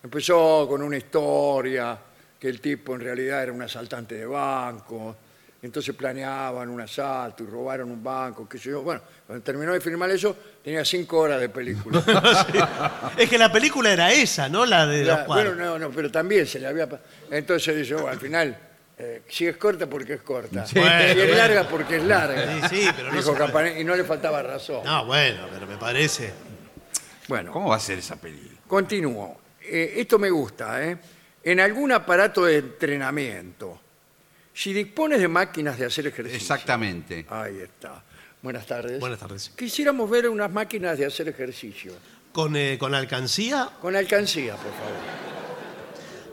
S2: empezó con una historia que el tipo en realidad era un asaltante de banco. Entonces planeaban un asalto y robaron un banco, qué sé yo. Bueno, cuando terminó de filmar eso, tenía cinco horas de película.
S3: Es que la película era esa, ¿no? La de los
S2: Ya, bueno,
S3: cuadros.
S2: no, no, pero también se le había... pa- Entonces dice, bueno, al final, eh, si es corta, porque es corta. si es
S3: Bueno,
S2: larga, porque es larga.
S3: Sí, sí, pero no
S2: Dijo
S3: se puede.
S2: Campanella, y no le faltaba razón.
S3: No, bueno, pero me parece.
S2: Bueno,
S4: ¿Cómo va a ser esa película?
S2: Continúo. Eh, esto me gusta, ¿eh? En algún aparato de entrenamiento, si dispones de máquinas de hacer ejercicio.
S4: Exactamente.
S2: Ahí está. Buenas tardes.
S3: Buenas tardes.
S2: Quisiéramos ver unas máquinas de hacer ejercicio.
S3: Con, eh, con alcancía,
S2: Con alcancía, por favor.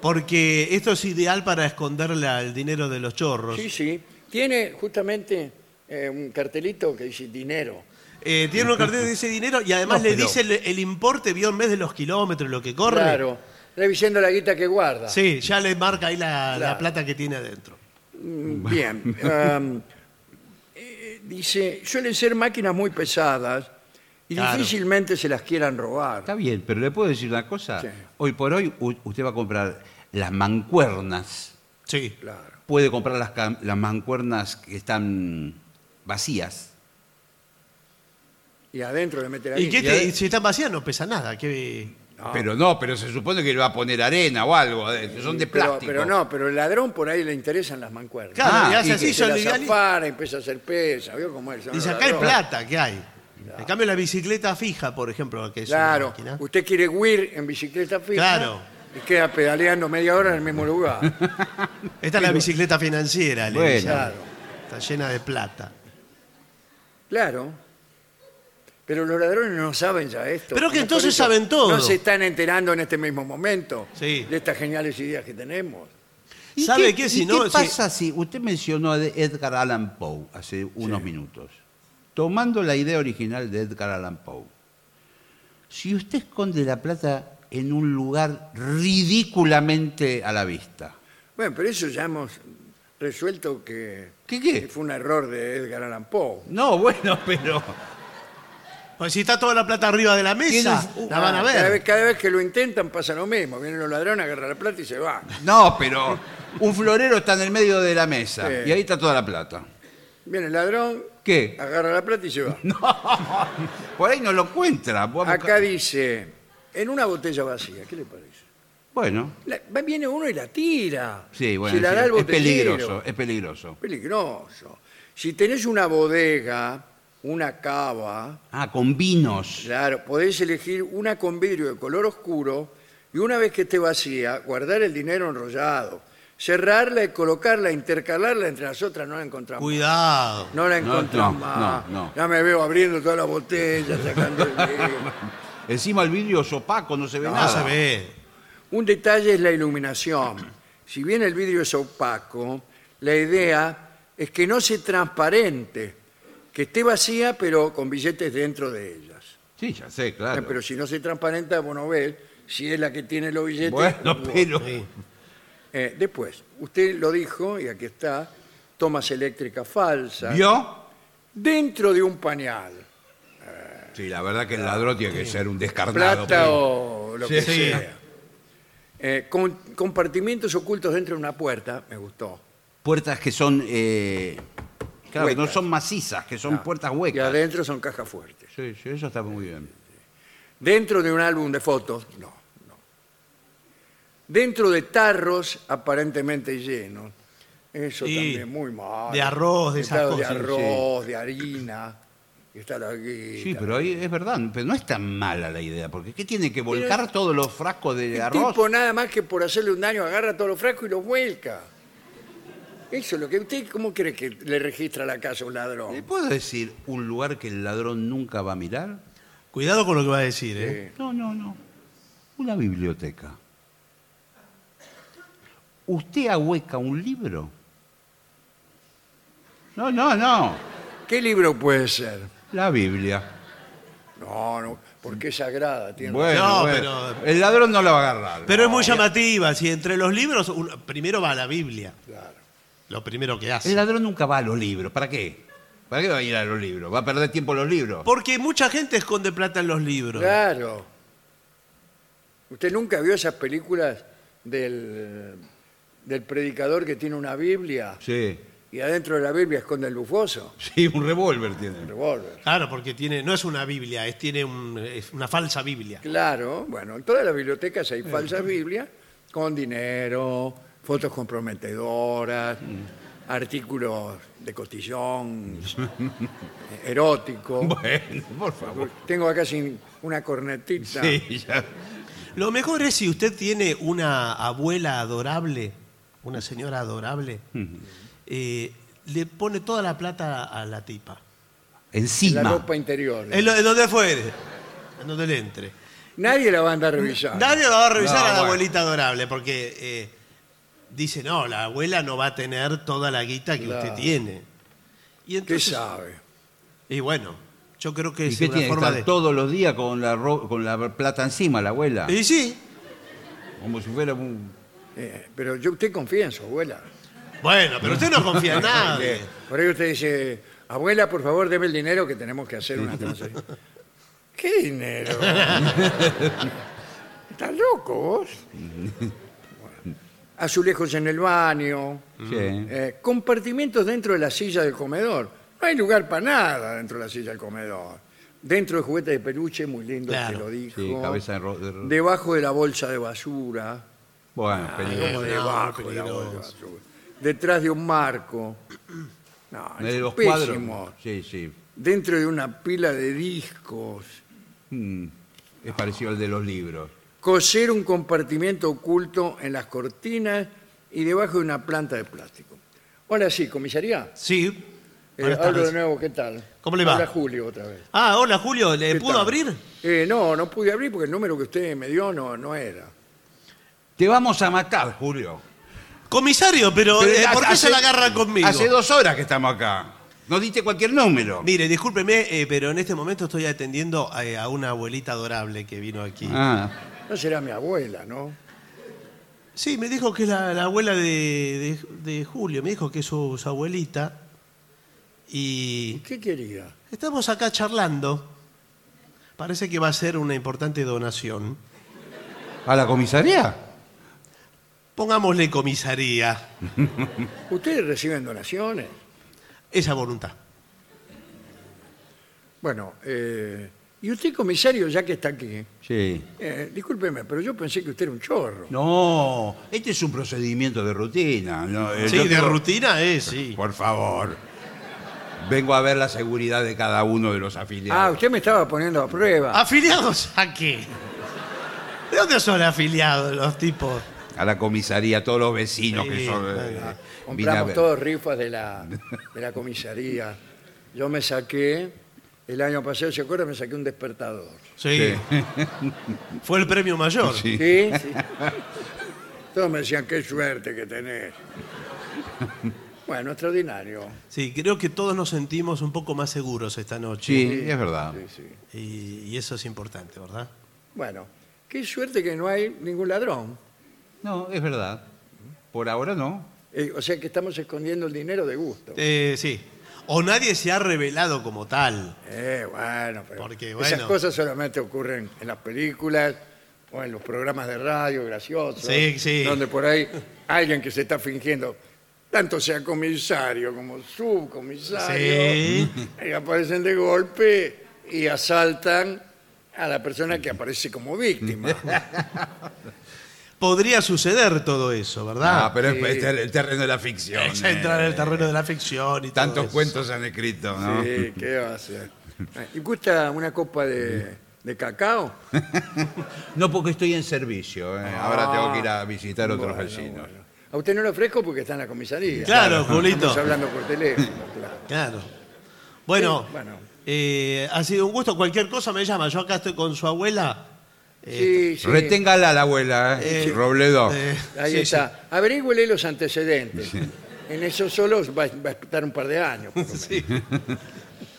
S3: porque esto es ideal para esconder la- el dinero de los chorros.
S2: Sí, sí. Tiene justamente eh, un cartelito que dice dinero.
S3: Eh, tiene un cartel que dice dinero y además
S4: No,
S3: le
S4: pero-
S3: dice el, el importe, vio en vez de los kilómetros, lo que corre.
S2: Claro. Revisando la guita que guarda.
S3: Sí, ya le marca ahí la, la
S2: Claro.
S3: plata que tiene adentro.
S2: Mm, Bien. Am, eh, dice, suelen ser máquinas muy pesadas y
S3: Claro.
S2: difícilmente se las quieran robar.
S4: Está bien, pero le puedo decir una cosa.
S2: Sí.
S4: Hoy por hoy u- usted va a comprar las mancuernas.
S3: Sí.
S2: Claro.
S4: Puede comprar las, cam- las mancuernas que están vacías.
S2: Y adentro le mete la
S3: ¿Y
S2: guita.
S3: qué te- si están vacías no pesa nada. ¿qué?
S4: Pero no, pero se supone que le va a poner arena o algo. adentro, Son de
S2: pero,
S4: plástico.
S2: pero no, pero el ladrón por ahí le interesan las mancuernas.
S3: Claro,
S4: Ah,
S3: y hace
S4: y
S3: así,
S4: que
S2: se
S3: son
S2: las
S3: livianitas.
S2: afana, empieza a hacer pesa, ¿vio cómo es? Son
S3: Y
S2: los
S3: acá hay
S2: ladrones.
S3: plata, ¿qué hay? En cambio, la bicicleta fija, por ejemplo, que es
S2: Claro,
S3: una máquina.
S2: usted quiere huir en bicicleta fija
S3: Claro.
S2: y queda pedaleando media hora en el mismo lugar.
S3: Esta es la bicicleta financiera, le
S4: Bueno.
S3: dicen.
S2: claro,
S3: Está llena de plata.
S2: claro. Pero los ladrones no saben ya esto.
S3: Pero que
S2: Y por
S3: entonces
S2: eso
S3: saben todo.
S2: No se están enterando en este mismo momento
S3: Sí.
S2: de estas geniales ideas que tenemos.
S4: ¿Y
S3: ¿Sabe qué?
S4: y
S3: Si no,
S4: ¿Qué
S3: si-
S4: pasa si usted mencionó a Edgar Allan Poe hace unos minutos? Tomando la idea original de Edgar Allan Poe. Si usted esconde la plata en un lugar ridículamente a la vista.
S2: Bueno, pero eso ya hemos resuelto que
S4: ¿Qué
S2: que
S4: qué?
S2: fue un error de Edgar Allan Poe.
S4: No, bueno, pero
S3: Pues si está toda la plata arriba de la mesa,
S4: Tiene un-
S3: la van a
S2: Cada
S3: ver.
S2: vez, cada vez Ah, que lo intentan pasa lo mismo. Vienen los ladrones, agarran la plata y se van.
S4: No, pero un florero está en el medio de la mesa
S2: Sí.
S4: y ahí está toda la plata.
S2: Viene el ladrón,
S4: ¿Qué?
S2: agarra la plata y se va.
S4: Por ahí no lo encuentra. Vos busca-
S2: Acá dice, en una botella vacía, ¿qué le parece?
S4: Bueno,
S2: La- va- viene uno y la tira.
S4: sí, bueno.
S2: Se la
S4: sí,
S2: da al
S4: es
S2: botellero.
S4: peligroso, es peligroso.
S2: Peligroso. Si tenés una bodega, una cava,
S4: Ah, con vinos.
S2: claro, podés elegir una con vidrio de color oscuro y una vez que esté vacía, guardar el dinero enrollado, cerrarla y colocarla, intercalarla entre las otras, no la encontramos.
S3: Cuidado.
S2: No la
S4: No,
S2: encontramos
S4: no,
S2: más.
S4: no, no.
S2: Ya me veo abriendo todas las botellas, sacando el vidrio.
S4: Encima el vidrio es opaco, no se ve
S3: No,
S4: nada.
S3: se ve.
S2: Un detalle es la iluminación. Si bien el vidrio es opaco, la idea es que no sea transparente, que esté vacía pero con billetes dentro de ellas.
S4: Sí, ya sé,
S2: Ah,
S4: claro.
S2: Pero si no se transparenta, vos no ves si es la que tiene los billetes.
S4: bueno,
S2: vos-
S4: pero.
S3: Sí.
S2: Eh, después, usted lo dijo y aquí está, tomas eléctricas falsas
S4: ¿Vio?
S2: dentro de un pañal,
S4: Sí, la verdad que el ladrón tiene que ser un descarnado.
S2: plata
S4: pero-
S2: o lo
S4: Sí,
S2: que
S4: sí.
S2: sea. Eh, con, compartimientos ocultos dentro de una puerta, me gustó.
S4: Puertas que son. eh, claro, que no
S2: Huecas.
S4: son macizas, que son
S2: Ah,
S4: puertas
S2: Y
S4: huecas.
S2: adentro son cajas fuertes.
S4: Sí, sí, eso está muy bien.
S2: Dentro de un álbum de fotos, no, no. Dentro de tarros aparentemente llenos. Eso
S3: Sí,
S2: también, muy mal.
S3: de arroz, de esas
S2: Claro,
S3: cosas,
S2: De arroz, de harina. y Está la guita.
S4: Sí, pero ahí es verdad, pero no es tan mala la idea, porque ¿qué tiene que volcar
S2: Pero- este
S4: todos los frascos de
S2: El
S4: arroz?
S2: tipo nada más que por hacerle un daño agarra todos los frascos y los vuelca. Eso es lo que... ¿Usted cómo cree que le registra la casa a un ladrón?
S4: ¿Le puedo decir un lugar que el ladrón nunca va a mirar?
S3: Cuidado con lo que va a decir, ¿eh?
S2: Sí.
S4: No, no, no. Una biblioteca. ¿Usted ahueca un libro? No, no, no.
S2: ¿Qué libro puede ser?
S4: La Biblia.
S2: No, no, porque es sagrada. Tiene
S4: Bueno,
S3: No,
S4: bueno.
S3: pero-
S4: el ladrón no la va a agarrar.
S3: Pero es muy llamativa. Si entre los libros, uno- primero va la Biblia,
S2: Claro.
S3: lo primero que hace.
S4: El ladrón nunca va a los libros. ¿Para qué? ¿Para qué va a ir a los libros? ¿Va a perder tiempo los libros?
S3: Porque mucha gente esconde plata en los libros.
S2: Claro. ¿Usted nunca vio esas películas del, del predicador que tiene una Biblia
S4: Sí.
S2: y adentro de la Biblia esconde el bufoso?
S4: Sí, un revólver tiene.
S2: Revólver.
S3: Claro, porque tiene, no es una Biblia, es, tiene un- es una falsa Biblia.
S2: Claro, bueno, en todas las bibliotecas hay falsas Biblias con dinero, fotos comprometedoras,
S4: Mm.
S2: artículos de cotillón, erótico.
S4: Bueno, por favor.
S2: Tengo acá sin una cornetita.
S4: Sí, ya.
S3: Lo mejor es si usted tiene una abuela adorable, una señora adorable, eh, le pone toda la plata a la tipa.
S4: Encima.
S2: La ropa interior.
S3: En, lo- en donde fuere, en donde le entre.
S2: Nadie la va a andar revisando.
S3: Nadie la va a revisar
S4: Ah, No,
S3: a la
S4: bueno.
S3: abuelita adorable, porque eh, dice, no, la abuela no va a tener toda la guita que
S2: Claro.
S3: usted tiene. Y
S2: ¿Qué
S3: entonces,
S2: sabe?
S3: y bueno, yo creo que
S4: ¿Y
S3: es
S4: qué
S3: una
S4: tiene que
S3: forma
S4: estar
S3: de...
S4: todos los días con la, ro- con la plata encima, la abuela?
S3: Y sí,
S4: Como si fuera un...
S2: Eh, pero yo, usted confía en su abuela. Eh,
S3: bueno, pero usted no confía en
S4: Ah,
S3: nadie.
S2: Por ahí usted dice, abuela, por favor, deme el dinero que tenemos que hacer una transacción. ¿Qué dinero? ¿Estás loco vos? Bueno. Azulejos en el baño,
S3: Mm.
S4: Sí.
S2: eh, compartimientos dentro de la silla del comedor. No hay lugar para nada dentro de la silla del comedor. Dentro de juguetes de peluche, muy lindo,
S3: Claro.
S2: te lo dijo.
S4: Sí, cabeza de ro- de ro-
S2: Debajo de la bolsa de basura.
S3: Ah,
S4: Bueno, peligroso.
S2: Como
S3: no,
S2: debajo de la
S3: peligroso.
S2: bolsa. Detrás de un marco. No, es
S4: De los
S2: pésimo.
S4: cuadros. Sí, sí.
S2: Dentro de una pila de discos.
S4: Mm. Es parecido al de los libros.
S2: Coser un compartimiento oculto en las cortinas y debajo de una planta de plástico. Hola, sí, comisaría.
S3: Sí.
S2: Eh,
S3: Buenas
S2: hablo de
S3: tardes.
S2: nuevo, ¿qué tal?
S3: ¿Cómo le va?
S2: Hola, Julio, otra vez.
S3: Ah, hola Julio, ¿le
S2: ¿Qué
S3: pudo
S2: tal?
S3: abrir?
S2: Eh, no, no pude abrir porque el número que usted me dio no, no era.
S4: Te vamos a matar, Julio.
S3: Comisario, pero, eh,
S4: Pero
S3: ¿por qué
S4: hace-
S3: se la agarra conmigo?
S4: Hace dos horas que estamos acá. Nos diste cualquier número.
S3: Mire, discúlpeme, eh, pero en este momento estoy atendiendo eh, a, a una abuelita adorable que vino aquí.
S4: Ah,
S2: No será mi abuela, ¿no?
S3: Sí, me dijo que es la, la abuela de, de- de Julio, me dijo que es su, su abuelita.
S2: ¿Y
S3: Y
S2: qué quería?
S3: estamos acá charlando. Parece que va a ser una importante donación.
S4: ¿A la comisaría?
S3: Pongámosle comisaría.
S2: ¿Ustedes reciben donaciones?
S3: Esa voluntad.
S2: Bueno, eh, y usted, comisario, ya que está aquí,
S4: Sí.
S2: eh, discúlpeme, pero yo pensé que usted era un chorro.
S4: No, este es un procedimiento de rutina. no, eh,
S3: Sí,
S4: yo
S3: de
S4: tengo-
S3: rutina es, sí.
S4: Por favor. Vengo a ver la seguridad de cada uno de los
S2: Ah,
S4: afiliados.
S2: usted me estaba poniendo a
S4: Ah,
S2: prueba.
S3: ¿Afiliados a qué? ¿De dónde son afiliados los tipos?
S4: a la comisaría, todos los vecinos
S3: Sí,
S4: que son. eh,
S3: claro.
S4: vine a
S2: Compramos
S4: ver.
S2: todos rifas de la, de la comisaría. Yo me saqué, el año pasado, ¿se acuerda? Me saqué un despertador.
S3: Sí. Fue el premio mayor.
S4: Sí.
S2: ¿Sí? sí. Todos me decían, qué suerte que tenés. Bueno, extraordinario.
S3: Sí, creo que todos nos sentimos un poco más seguros esta noche.
S4: Sí, es verdad.
S2: Sí, sí.
S3: Y, y eso es importante, ¿verdad?
S2: Bueno, qué suerte que no hay ningún ladrón.
S4: No, es verdad. Por ahora no.
S2: Eh, o sea que estamos escondiendo el dinero de gusto.
S3: Eh, sí. O nadie se ha revelado como tal.
S2: Eh, bueno, pero
S3: Porque,
S2: esas
S3: bueno.
S2: cosas solamente ocurren en las películas o en los programas de radio graciosos.
S3: Sí, sí.
S2: Donde por ahí alguien que se está fingiendo, tanto sea comisario como subcomisario,
S3: Sí.
S2: y aparecen de golpe y asaltan a la persona que aparece como víctima.
S3: Podría suceder todo eso, ¿verdad?
S4: Ah, pero es-
S2: sí.
S4: es ter- el terreno de la ficción.
S3: Es entrar en el
S4: eh.
S3: terreno de la ficción y todo
S4: Tantos
S3: eso.
S4: cuentos se han escrito, ¿no?
S2: Sí, ¿qué va a hacer? Eh, ¿Y gusta una copa de, de cacao?
S4: No porque estoy en servicio. eh. Ahora tengo que ir a visitar otros
S2: Bueno,
S4: vecinos.
S2: bueno. A usted no lo ofrezco porque está en la comisaría.
S3: Claro, Julito.
S2: Estamos hablando por teléfono, claro.
S3: Claro. Bueno,
S2: Sí, bueno.
S3: eh, ha sido un gusto. Cualquier cosa me llama. Yo acá estoy con su abuela. Eh,
S2: Sí, sí.
S4: Reténgala la abuela, eh,
S3: Eh,
S4: Robledo.
S3: eh,
S2: Ahí
S3: sí,
S2: está. Averígüele los antecedentes. En eso solo va, va a estar un par de años. por lo menos.
S3: sí.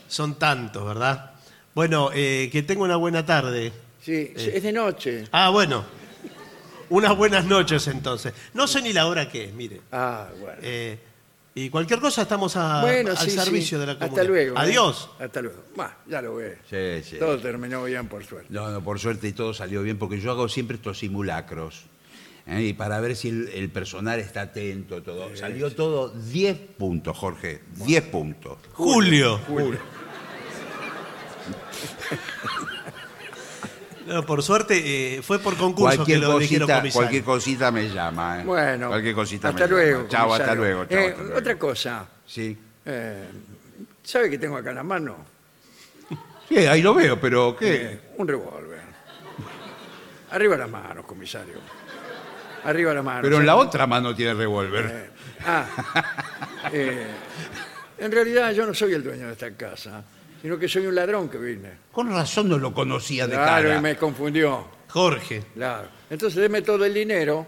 S3: Son tantos, ¿verdad? Bueno, eh, que tenga una buena tarde.
S2: Sí,
S3: Eh.
S2: es de noche.
S3: Ah, bueno. Unas buenas noches entonces. No sé ni la hora que es, mire.
S2: Ah, bueno.
S3: Eh, y cualquier cosa estamos a-
S2: bueno,
S3: Ah, al
S2: sí, sí.
S3: servicio de la comunidad.
S2: Hasta luego. ¿eh?
S3: Adiós.
S2: Hasta luego. Bah, ya lo ves.
S4: Sí, sí.
S2: Todo terminó bien, por suerte.
S4: No, no, por suerte todo salió bien, porque yo hago siempre estos simulacros. ¿eh? Y para ver si el, el personal está atento, todo. Salió todo 10 puntos, Jorge. 10 puntos.
S3: Julio. No, por suerte eh, fue por concurso
S4: Cualquier
S3: que lo eligieron
S4: cosita,
S3: comisario.
S4: cualquier cosita me llama. ¿eh?
S2: Bueno,
S4: Cualquier cosita
S2: hasta
S4: me llama.
S2: luego.
S4: Chao, hasta
S2: comisario.
S4: luego. chao,
S2: Eh,
S4: hasta luego.
S2: Otra cosa.
S4: Sí.
S2: eh, ¿Sabe que tengo acá en la mano?
S4: Sí, ahí lo veo, pero ¿qué?
S2: Un revólver. Arriba las manos, comisario. Arriba las manos.
S4: Pero en la otra mano tiene revólver.
S2: Ah, eh, en realidad yo no soy el dueño de esta casa, sino que soy un ladrón que vine.
S4: Con razón no lo conocía de
S2: Claro,
S4: cara.
S2: y me confundió.
S3: Jorge.
S2: Claro. Entonces deme todo el dinero,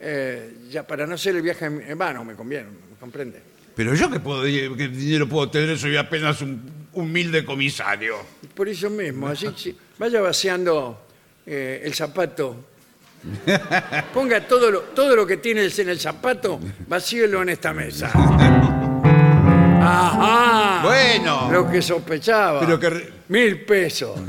S2: eh, ya para no hacer el viaje en, en vano, me conviene, ¿me comprende?
S4: Pero yo que puedo, qué dinero puedo tener, soy apenas un humilde comisario.
S2: Por eso mismo, así sí, vaya vaciando eh, el zapato. Ponga todo lo, todo lo que tiene en el zapato, vacíelo en esta mesa. ¡Ajá!
S4: Bueno.
S2: Ah. Lo que sospechaba.
S4: Pero que re-
S2: Mil pesos.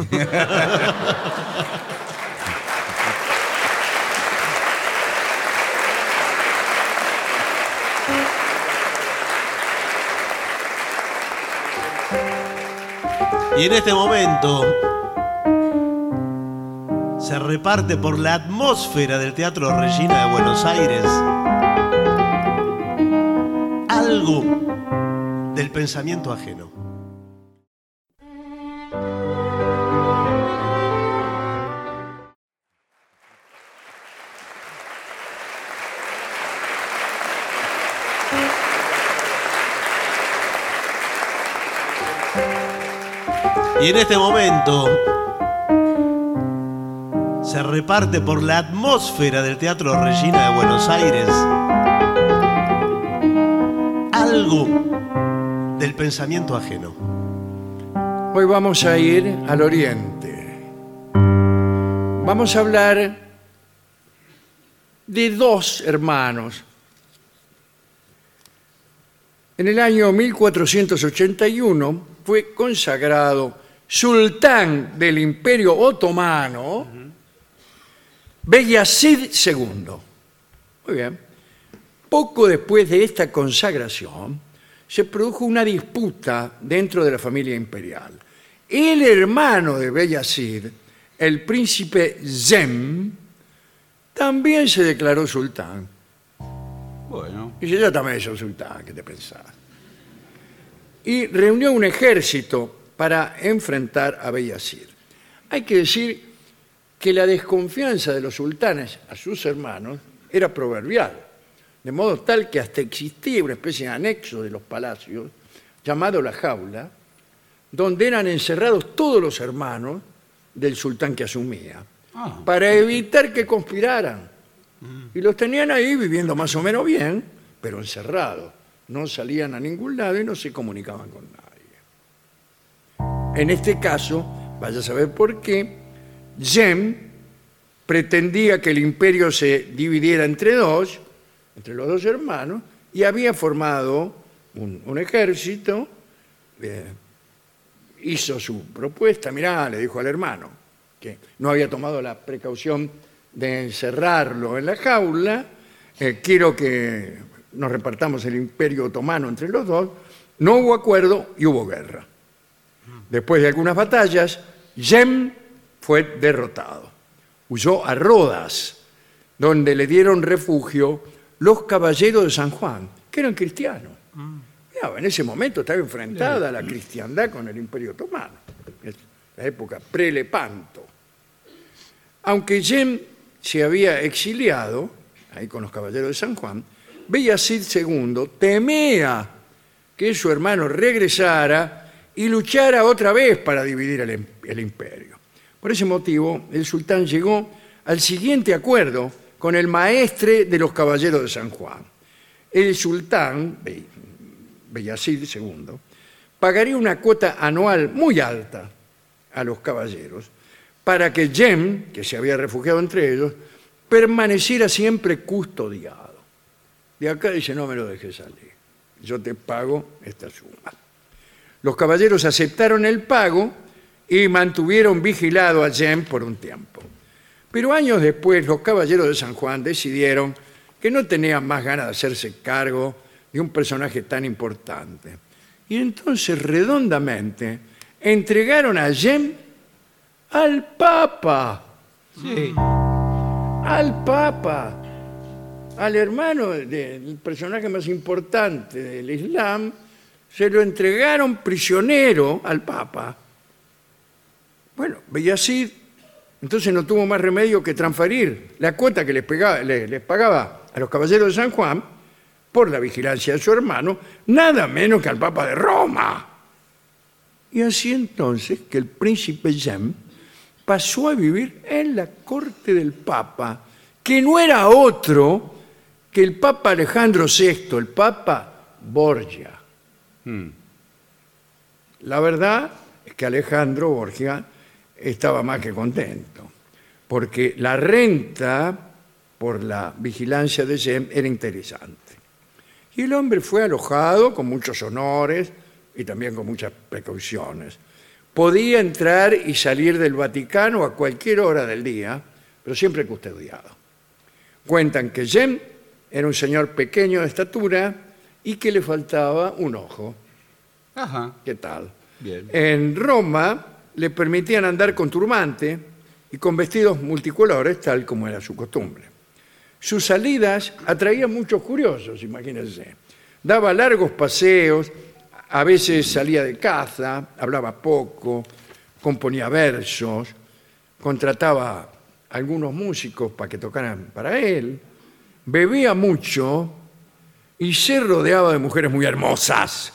S3: Y en este momento se reparte por la atmósfera del Teatro Regina de Buenos Aires algo del pensamiento ajeno. Y en este momento se reparte por la atmósfera del Teatro Regina de Buenos Aires algo del pensamiento ajeno.
S2: Hoy vamos a ir al oriente. Vamos a hablar de dos hermanos. En el año 1481 fue consagrado sultán del Imperio Otomano, Beyazid II. Muy bien. Poco después de esta consagración, se produjo una disputa dentro de la familia imperial. El hermano de Beyazid, el príncipe Zem, también se declaró sultán.
S4: Bueno,
S2: Y dice, yo también soy sultán, ¿qué te pensás? Y reunió un ejército para enfrentar a Beyazid. Hay que decir que la desconfianza de los sultanes a sus hermanos era proverbial, de modo tal que hasta existía una especie de anexo de los palacios, llamado la jaula, donde eran encerrados todos los hermanos del sultán que asumía,
S4: Ah.
S2: para evitar que conspiraran. Y los tenían ahí viviendo más o menos bien, pero encerrados. No salían a ningún lado y no se comunicaban con nadie. En este caso, vaya a saber por qué, Yem pretendía que el imperio se dividiera entre dos, entre los dos hermanos, y había formado un, un ejército, eh, hizo su propuesta, mirá, le dijo al hermano, que no había tomado la precaución de encerrarlo en la jaula, eh, quiero que nos repartamos el imperio otomano entre los dos, no hubo acuerdo y hubo guerra. Después de algunas batallas, Yem fue derrotado. Huyó a Rodas, donde le dieron refugio los caballeros de San Juan, que eran cristianos. Mirá, en ese momento estaba enfrentada la cristiandad con el Imperio Otomano, Es la época pre-Lepanto. Aunque Yem se había exiliado, ahí con los caballeros de San Juan, Beyazid II temía que su hermano regresara y luchara otra vez para dividir el, em- el imperio. Por ese motivo, el sultán llegó al siguiente acuerdo con el maestre de los caballeros de San Juan. El sultán, Be- Beyazid II, pagaría una cuota anual muy alta a los caballeros para que Yem, que se había refugiado entre ellos, permaneciera siempre custodiado. De acá dice, no me lo dejes salir, yo te pago esta suma. Los caballeros aceptaron el pago y mantuvieron vigilado a Yem por un tiempo. Pero años después los caballeros de San Juan decidieron que no tenían más ganas de hacerse cargo de un personaje tan importante. Y entonces redondamente entregaron a Yem al Papa
S4: sí.
S2: al Papa, al hermano de- del personaje más importante del Islam, se lo entregaron prisionero al Papa. Bueno, Bellacid entonces no tuvo más remedio que transferir la cuota que les, pegaba- le- les pagaba a los caballeros de San Juan por la vigilancia de su hermano, nada menos que al Papa de Roma. Y así entonces que el príncipe Yem pasó a vivir en la corte del Papa, que no era otro que el Papa Alejandro VI, el Papa Borgia. La verdad es que Alejandro Borgia estaba más que contento, porque la renta por la vigilancia de Yem era interesante. Y el hombre fue alojado con muchos honores y también con muchas precauciones. Podía entrar y salir del Vaticano a cualquier hora del día, pero siempre custodiado. Cuentan que Jem era un señor pequeño de estatura y que le faltaba un ojo.
S4: Ajá.
S2: ¿Qué tal?
S4: Bien.
S2: En Roma le permitían andar con turbante y con vestidos multicolores, tal como era su costumbre. Sus salidas atraían muchos curiosos, imagínense. Daba largos paseos, a veces salía de caza, hablaba poco, componía versos, contrataba a algunos músicos para que tocaran para él, bebía mucho y se rodeaba de mujeres muy hermosas.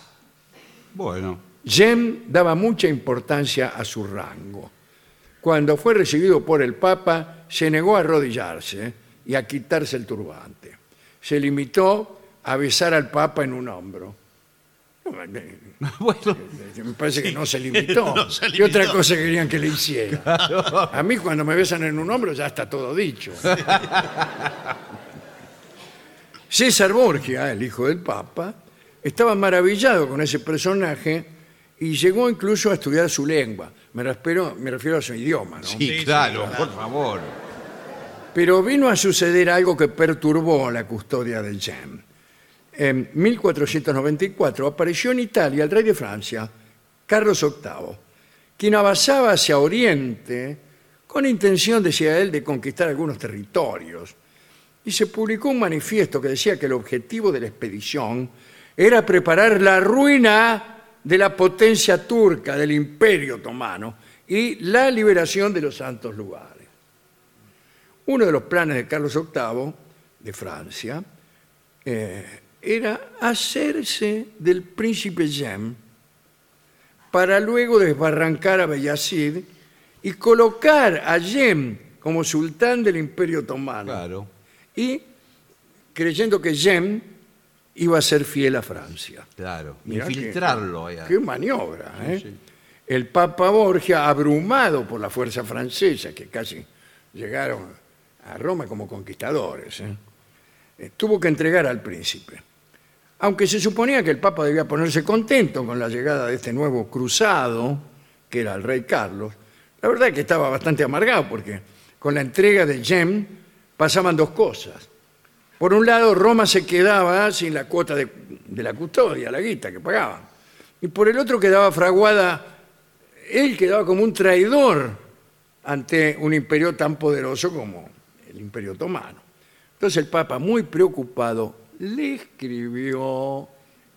S4: Bueno,
S2: Yem daba mucha importancia a su rango. Cuando fue recibido por el Papa, se negó a arrodillarse y a quitarse el turbante. Se limitó a besar al Papa en un hombro. Me
S4: bueno.
S2: parece que no se limitó.
S3: no se
S2: ¿Qué otra
S3: limitó.
S2: cosa querían que le hiciera? A mí cuando me besan en un hombro ya está todo dicho. César Borgia, el hijo del Papa, estaba maravillado con ese personaje y llegó incluso a estudiar su lengua. Me refiero, me refiero a su idioma, ¿no?
S4: Sí,
S5: sí,
S4: claro,
S5: claro.
S4: por favor.
S2: Pero vino a suceder algo que perturbó la custodia del Jean. En 1494 apareció en Italia el rey de Francia, Carlos VIII, quien avanzaba hacia Oriente con intención, decía él, de conquistar algunos territorios. Y se publicó un manifiesto que decía que el objetivo de la expedición era preparar la ruina de la potencia turca, del imperio otomano, y la liberación de los santos lugares. Uno de los planes de Carlos VIII de Francia eh, era hacerse del príncipe Jean para luego desbarrancar a Bellacid y colocar a Yem como sultán del Imperio Otomano.
S4: Claro.
S2: Y creyendo que Yem iba a ser fiel a Francia.
S4: Claro.
S2: Mirá que-
S4: Infiltrarlo allá.
S2: Qué maniobra. ¿eh?
S4: sí.
S2: El Papa Borgia, abrumado por la fuerza francesa, que casi llegaron a Roma como conquistadores, ¿eh? Eh, tuvo que entregar al príncipe. Aunque se suponía que el Papa debía ponerse contento con la llegada de este nuevo cruzado, que era el rey Carlos, la verdad es que estaba bastante amargado porque con la entrega de Gem pasaban dos cosas. Por un lado, Roma se quedaba sin la cuota de, de la custodia, la guita que pagaban. Y por el otro quedaba fraguada, él quedaba como un traidor ante un imperio tan poderoso como el imperio otomano. Entonces el Papa, muy preocupado, le escribió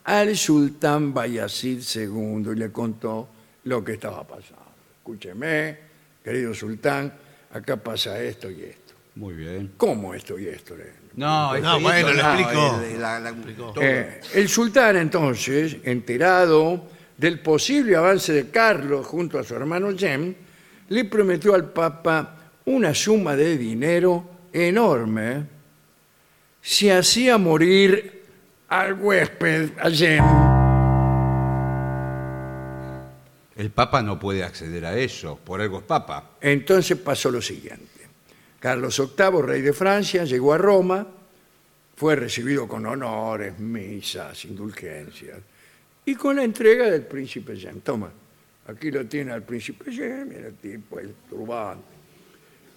S2: al sultán Bayazid II y le contó lo que estaba pasando. Escúcheme, querido sultán, acá pasa esto y esto.
S4: Muy bien.
S2: ¿Cómo esto y esto? Le-
S4: No,
S3: No,
S4: esto-
S3: bueno,
S4: esto
S3: lo explicó.
S4: eh, la- la- todo.
S2: Eh, el sultán entonces, enterado del posible avance de Carlos junto a su hermano Jem, le prometió al Papa una suma de dinero enorme si hacía morir al huésped, a Jem.
S4: El Papa no puede acceder a eso, por algo es Papa.
S2: Entonces pasó lo siguiente. Carlos VIII, rey de Francia, llegó a Roma, fue recibido con honores, misas, indulgencias, y con la entrega del príncipe Jean. Toma, aquí lo tiene al príncipe Jean, mira el tipo, el turbante.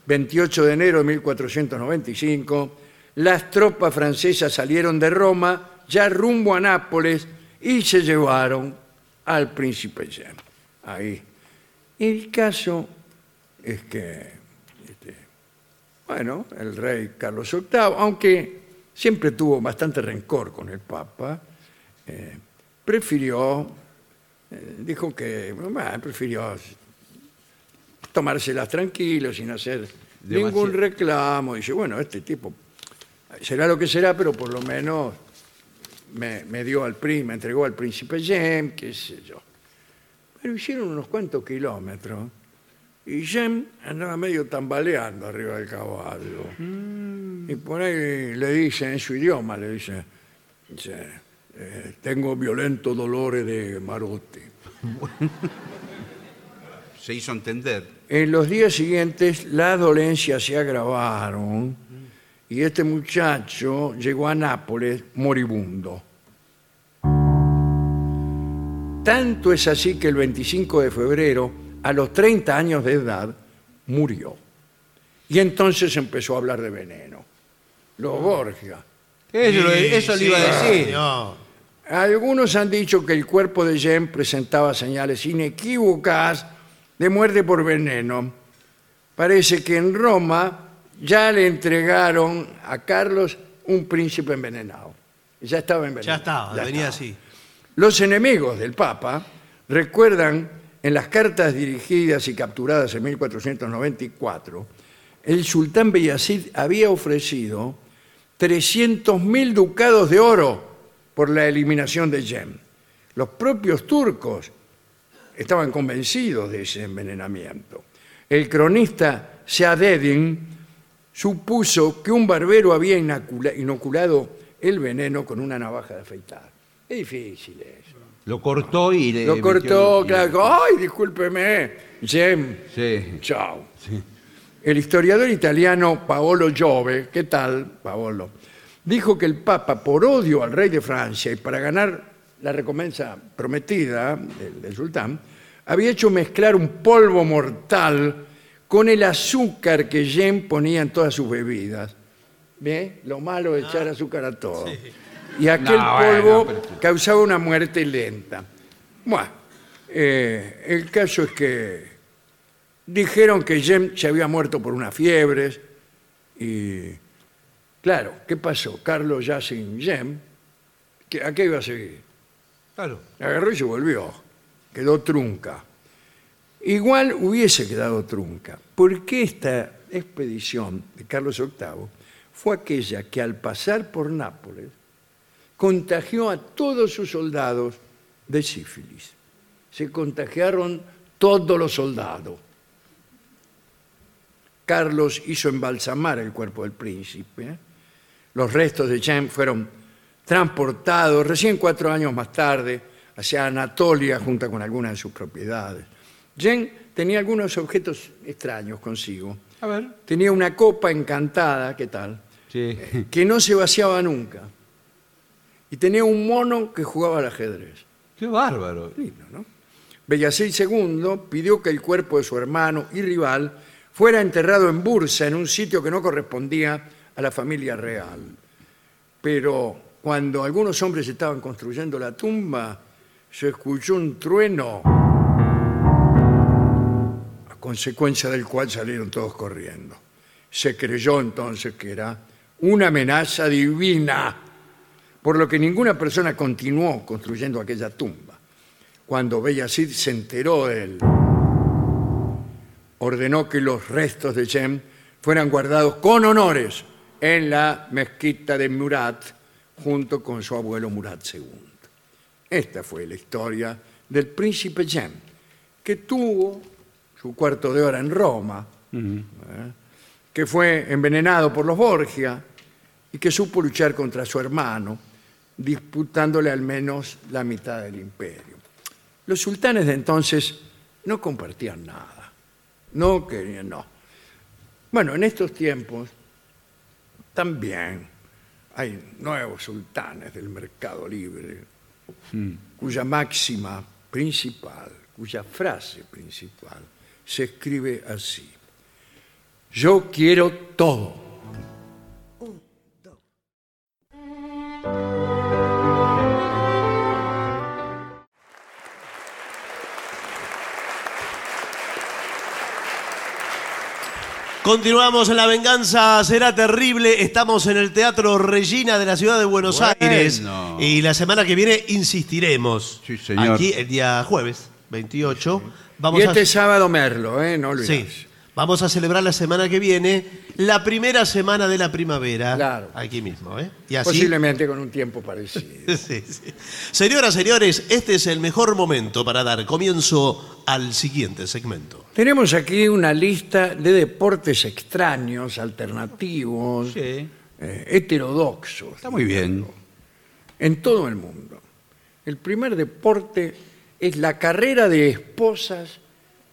S2: 28 de enero de 1495, las tropas francesas salieron de Roma, ya rumbo a Nápoles, y se llevaron al príncipe Jean. Ahí. El caso es que, este, bueno, el rey Carlos VIII, aunque siempre tuvo bastante rencor con el Papa, eh, prefirió, eh, dijo que, bueno, prefirió tomárselas tranquilo, sin hacer
S4: Demasi-
S2: ningún reclamo. Dice, bueno, este tipo será lo que será, pero por lo menos me, me dio al príncipe, me entregó al príncipe Jem, qué sé yo. Pero hicieron unos cuantos kilómetros y Jem andaba medio tambaleando arriba del caballo. Y por ahí le dice, en su idioma, le dice, dice, eh, tengo violentos dolores de marote.
S4: Se hizo entender.
S2: En los días siguientes las dolencias se agravaron y este muchacho llegó a Nápoles moribundo. Tanto es así que el 25 de febrero, a los 30 años de edad, murió. Y entonces empezó a hablar de veneno. Los Borgia.
S4: Eso, lo- eso
S3: Sí,
S4: le iba a
S3: sí,
S4: decir.
S3: señor.
S2: Algunos han dicho que el cuerpo de Jen presentaba señales inequívocas de muerte por veneno. Parece que en Roma ya le entregaron a Carlos un príncipe envenenado. Ya estaba envenenado.
S3: Ya estaba, venía
S2: estaba.
S3: así.
S2: Los enemigos del Papa recuerdan en las cartas dirigidas y capturadas en 1494, el sultán Beyazid había ofrecido 300.000 ducados de oro por la eliminación de Yem. Los propios turcos estaban convencidos de ese envenenamiento. El cronista Seadedin supuso que un barbero había inacula- inoculado el veneno con una navaja de afeitar. Es difícil eso.
S4: Lo cortó y le.
S2: Lo
S4: metió
S2: cortó,
S4: el-
S2: claro. dijo, ¡Ay, discúlpeme! Jem,
S4: Sí.
S2: chao. El historiador italiano Paolo Giove, ¿qué tal, Paolo? Dijo que el Papa, por odio al rey de Francia y para ganar la recompensa prometida del, del sultán, había hecho mezclar un polvo mortal con el azúcar que Yen ponía en todas sus bebidas. ¿Ve? Lo malo es echar azúcar a todo. Y aquel
S4: No, bueno,
S2: polvo
S4: pero-
S2: causaba una muerte lenta. Bueno, eh, el caso es que dijeron que Jem se había muerto por unas fiebres y claro, ¿qué pasó? Carlos ya sin Jem, ¿qué- ¿a qué iba a seguir?
S3: Claro.
S2: Agarró y se volvió, quedó trunca. Igual hubiese quedado trunca, porque esta expedición de Carlos VIII fue aquella que al pasar por Nápoles contagió a todos sus soldados de sífilis. Se contagiaron todos los soldados. Carlos hizo embalsamar el cuerpo del príncipe. ¿eh? Los restos de James fueron transportados recién cuatro años más tarde hacia Anatolia junto con algunas de sus propiedades. James tenía algunos objetos extraños consigo.
S4: A ver.
S2: Tenía una copa encantada, ¿qué tal?
S4: Sí.
S2: Que no se vaciaba nunca. Y tenía un mono que jugaba al ajedrez.
S4: Qué bárbaro.
S2: Lindo, ¿no? Bellasil II pidió que el cuerpo de su hermano y rival fuera enterrado en Bursa, en un sitio que no correspondía a la familia real. Pero cuando algunos hombres estaban construyendo la tumba, se escuchó un trueno, a consecuencia del cual salieron todos corriendo. Se creyó entonces que era una amenaza divina, por lo que ninguna persona continuó construyendo aquella tumba cuando Bellacid se enteró de él. Ordenó que los restos de Jem fueran guardados con honores en la mezquita de Murat, junto con su abuelo Murat II. Esta fue la historia del príncipe Jem, que tuvo su cuarto de hora en Roma, ¿eh? que fue envenenado por los Borgia y que supo luchar contra su hermano, disputándole al menos la mitad del imperio. Los sultanes de entonces no compartían nada. No querían, no. Bueno, en estos tiempos también hay nuevos sultanes del mercado libre,
S3: Hmm.
S2: cuya máxima principal, cuya frase principal se escribe así. Yo quiero todo.
S3: Continuamos en La Venganza Será Terrible. Estamos en el Teatro Regina de la ciudad de Buenos
S4: Bueno.
S3: Aires. Y la semana que viene insistiremos.
S4: Sí, señor.
S3: Aquí, el día jueves 28. Vamos
S2: y este
S3: a...
S2: sábado Merlo, ¿eh? No olvides.
S3: Sí. Vamos a celebrar la semana que viene la primera semana de la primavera.
S2: Claro.
S3: Aquí mismo, ¿eh? Y así.
S2: Posiblemente con un tiempo parecido.
S3: Sí, sí. Señoras, señores, este es el mejor momento para dar comienzo al siguiente segmento.
S2: Tenemos aquí una lista de deportes extraños, alternativos,
S4: Sí.
S2: eh, heterodoxos.
S4: Está muy bien.
S2: En todo el mundo. El primer deporte es la carrera de esposas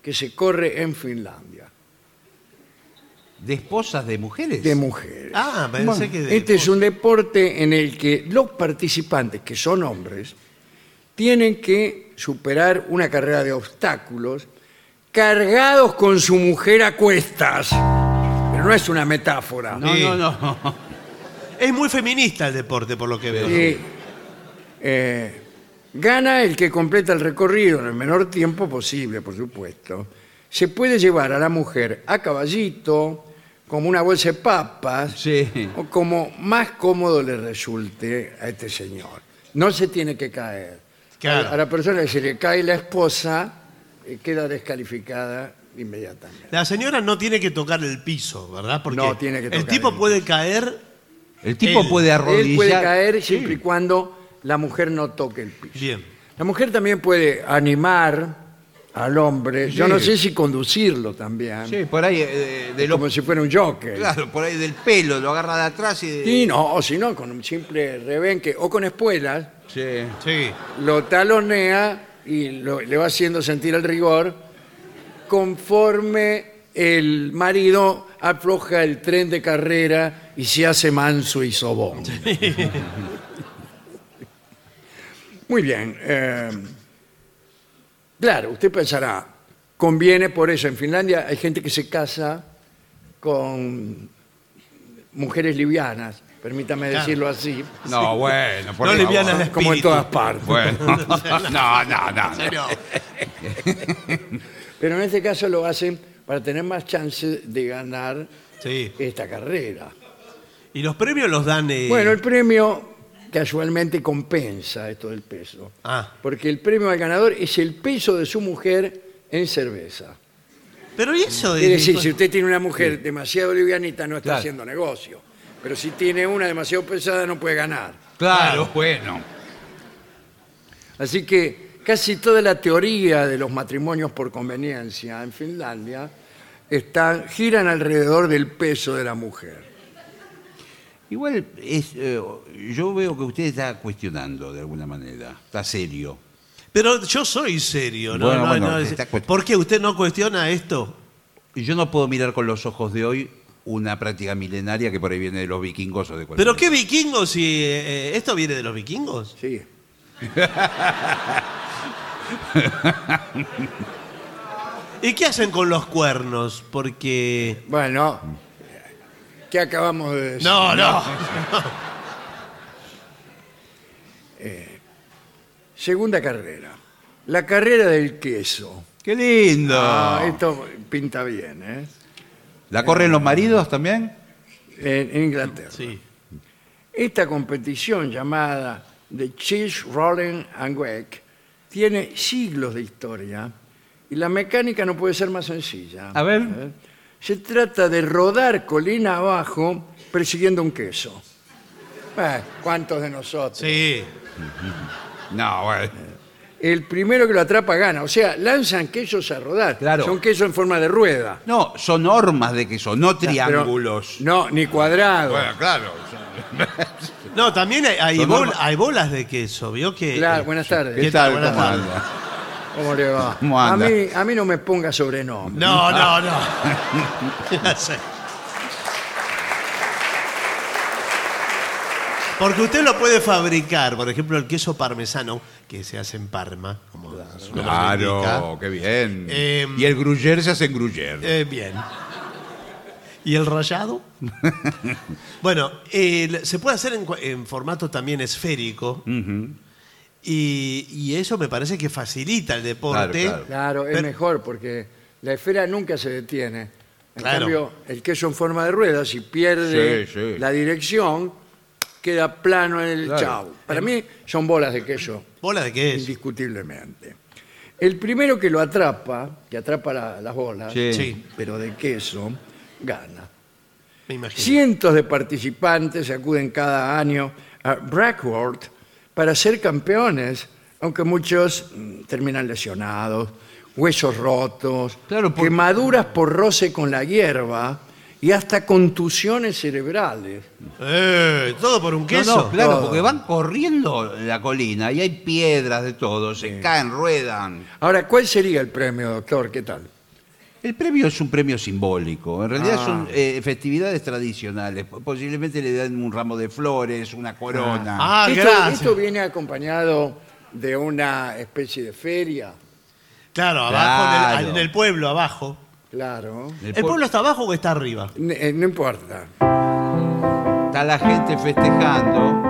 S2: que se corre en Finlandia,
S4: ¿De esposas de mujeres?
S2: de mujeres.
S3: Ah, pensé
S2: Bueno,
S3: que... de-
S2: este es un deporte en el que los participantes, que son hombres, tienen que superar una carrera de obstáculos cargados con su mujer a cuestas. Pero no es una metáfora.
S4: No,
S3: Sí.
S4: no, no.
S3: Es muy feminista el deporte, por lo que veo.
S2: Y, eh, gana el que completa el recorrido en el menor tiempo posible, por supuesto. Se puede llevar a la mujer a caballito, como una bolsa de papas,
S4: Sí.
S2: o como más cómodo le resulte a este señor. No se tiene que caer.
S3: Claro.
S2: A la persona que se le cae la esposa eh, queda descalificada inmediatamente.
S3: La señora no tiene que tocar el piso, ¿verdad? Porque
S2: No tiene que
S3: el
S2: tocar
S3: tipo
S2: el
S3: puede caer.
S4: El tipo
S3: Él-
S4: puede arrodillar.
S2: Él puede caer siempre y cuando la mujer no toque el piso.
S3: Bien.
S2: La mujer también puede animar al hombre, yo
S4: Sí.
S2: no sé si conducirlo también,
S4: Sí, por ahí eh, de los
S2: como si fuera un jockey.
S4: Claro, por ahí del pelo, lo agarra de atrás y...
S2: Y no, o si no, con un simple rebenque o con espuelas,
S4: Sí.
S3: Sí.
S2: lo talonea y lo- le va haciendo sentir el rigor conforme el marido afloja el tren de carrera y se hace manso y sobón. Muy bien. eh, claro, usted pensará, conviene por eso. En Finlandia hay gente que se casa con mujeres livianas, permítame decirlo así.
S4: No, bueno, por
S3: No
S4: favor.
S3: livianas de
S2: Como en
S3: espíritu.
S2: todas partes.
S4: Bueno, no, no, no.
S3: Pero,
S2: Pero en este caso lo hacen para tener más chance de ganar
S3: sí.
S2: esta carrera.
S3: Y los premios los dan. eh,
S2: Bueno, el premio casualmente compensa esto del peso.
S3: Ah.
S2: Porque el premio al ganador es el peso de su mujer en cerveza.
S3: Pero ¿y eso
S2: Es decir,
S3: de-
S2: si usted tiene una mujer demasiado livianita, no está
S4: Claro.
S2: haciendo negocio. Pero si tiene una demasiado pesada, no puede ganar.
S4: Claro, bueno.
S2: Así que casi toda la teoría de los matrimonios por conveniencia en Finlandia está, giran alrededor del peso de la mujer.
S4: Igual es, eh, yo veo que usted está cuestionando de alguna manera, está serio.
S3: Pero yo soy serio, ¿no?
S4: Bueno,
S3: No,
S4: bueno,
S3: no, es-
S4: está cuest-
S3: ¿Por qué usted no cuestiona esto?
S4: Yo no puedo mirar con los ojos de hoy una práctica milenaria que por ahí viene de los vikingos o de cualquier
S3: ¿Pero qué vikingos? Si, eh, eh, ¿Esto viene de los vikingos?
S2: Sí.
S3: ¿Y qué hacen con los cuernos? Porque.
S2: Bueno, ¿qué acabamos de decir?
S3: No, no.
S2: Segunda carrera. La carrera del queso.
S4: ¡Qué lindo!
S2: Ah, esto pinta bien, ¿eh?
S4: ¿La corren los maridos también?
S2: En, en Inglaterra.
S3: Sí.
S2: Esta competición llamada The Cheese Rolling and Wake tiene siglos de historia y la mecánica no puede ser más sencilla.
S4: A ver.
S2: ¿Eh? Se trata de rodar colina abajo persiguiendo un queso. Eh, ¿Cuántos de nosotros?
S3: Sí.
S4: No, bueno.
S2: El primero que lo atrapa gana. O sea, lanzan quesos a rodar.
S4: Claro.
S2: Son quesos en forma de rueda.
S4: No, son hormas de queso, no
S2: Pero-
S4: triángulos.
S2: no, ni cuadrados.
S4: claro.
S3: No, también hay, hay
S4: Son
S3: bol-
S4: norma-
S3: hay bolas de queso, ¿vio?
S4: eh,
S3: Que, eh,
S2: Claro, buenas tardes.
S4: ¿Qué
S3: ¿Qué
S4: tal?
S3: tal?
S4: ¿Cómo
S3: Buenas
S4: anda?
S2: ¿Cómo le va?
S4: ¿Cómo anda?
S2: A, mí, a mí no me ponga sobrenombre.
S3: No, no, no.
S4: Ah.
S3: Ya sé. Porque usted lo puede fabricar, por ejemplo, el queso parmesano, que se hace en Parma, como su nombre
S4: Claro,
S3: indica.
S4: qué bien.
S3: Eh,
S4: y el gruyer se hace en gruyer.
S3: Eh, bien. ¿Y el rallado? bueno, el- se puede hacer en, cua- en formato también esférico. y, y eso me parece que facilita el deporte.
S4: Claro,
S2: Claro, es
S4: Eh.
S3: Pero-
S2: mejor porque la esfera nunca se detiene. En
S3: Claro.
S2: cambio, el queso en forma de rueda, si pierde
S4: Sí, sí.
S2: la dirección, queda plano en el
S4: Claro.
S2: chau. Para mí son bolas de queso,
S3: ¿Bola de qué es?
S2: indiscutiblemente. El primero que lo atrapa, que atrapa la- las bolas,
S4: Sí.
S3: Sí,
S2: pero de queso, gana.
S3: me imagino.
S2: Cientos de participantes acuden cada año a Brackworth para ser campeones, aunque muchos mm, terminan lesionados, huesos rotos,
S4: Claro, por-
S2: quemaduras por roce con la hierba y hasta contusiones cerebrales.
S3: Eh, todo por un
S4: No,
S3: queso.
S4: no, claro,
S2: Todo.
S4: porque van corriendo la colina y hay piedras de todo, se caen, ruedan.
S2: Ahora, ¿cuál sería el premio, doctor? ¿Qué tal?
S4: El premio es un premio simbólico. En realidad
S2: Ah.
S4: son eh, festividades tradicionales. Posiblemente le dan un ramo de flores, una corona.
S3: Ah,
S2: esto,
S3: gracias.
S2: esto viene acompañado de una especie de feria,
S3: Claro, abajo, en el-
S4: Claro.
S3: En, el, pueblo, abajo.
S2: claro.
S4: El
S3: ¿El
S4: pueblo-
S3: pueblo está abajo o está arriba?
S2: N- eh, no importa.
S4: Está la gente festejando.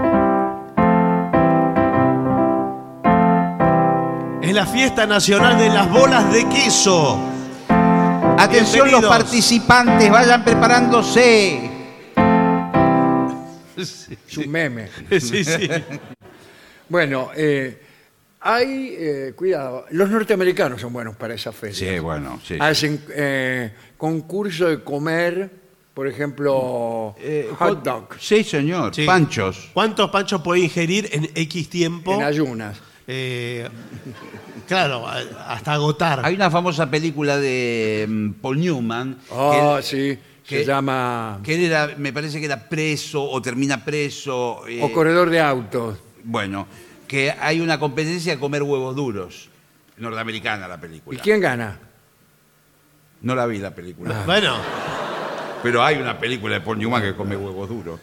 S3: Es la fiesta nacional de las bolas de queso.
S4: Atención los
S3: Bienvenidos.
S4: participantes, vayan preparándose.
S2: Es un meme.
S3: Sí, sí.
S2: Bueno, eh, hay, eh, cuidado, los norteamericanos son buenos para esa feria.
S4: bueno, sí.
S2: Hacen eh, concurso de comer, por ejemplo,
S4: Eh,
S2: hot dog
S4: Sí, señor.
S3: Sí.
S4: Panchos.
S3: ¿Cuántos panchos puede ingerir en X tiempo?
S2: en ayunas.
S3: Eh, claro, a- hasta agotar.
S4: Hay una famosa película de mm, Paul Newman.
S2: Oh,
S4: que-
S2: sí,
S4: que-
S2: se llama
S4: Que él era, me parece que era preso o termina preso. eh,
S2: O Corredor de Autos.
S4: Bueno, que hay una competencia de comer huevos duros. Norteamericana la
S2: ¿Y
S4: película.
S2: quién gana?
S4: No la vi la película.
S3: Bueno,
S2: Ah.
S4: Pero hay una película de Paul Newman que come huevos duros.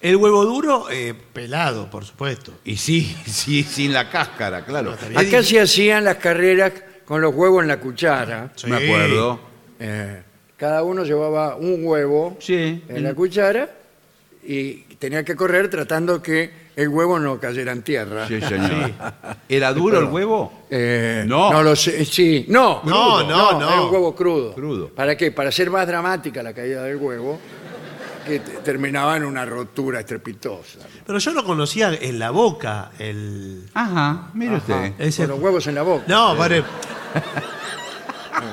S3: El huevo duro, eh, pelado, por supuesto.
S4: Y sí, sí, sin la cáscara, claro.
S3: bien.
S2: Acá se hacían las carreras con los huevos en la cuchara.
S3: Sí.
S4: Me acuerdo.
S2: Eh, cada uno llevaba un huevo
S4: Sí.
S2: en la cuchara y tenía que correr tratando que el huevo no cayera en tierra.
S4: Sí, señor. ¿Era duro el huevo?
S2: Eh,
S4: No.
S2: lo sé. Sí, no.
S3: No, no, no.
S2: Era un huevo crudo.
S4: Crudo.
S2: ¿Para qué? Para hacer más dramática la caída del huevo, que t- terminaba en una rotura estrepitosa.
S3: Pero yo lo conocía en la boca, el...
S4: Ajá, mire usted.
S3: ese-
S2: Con los huevos en la boca.
S3: No, pare.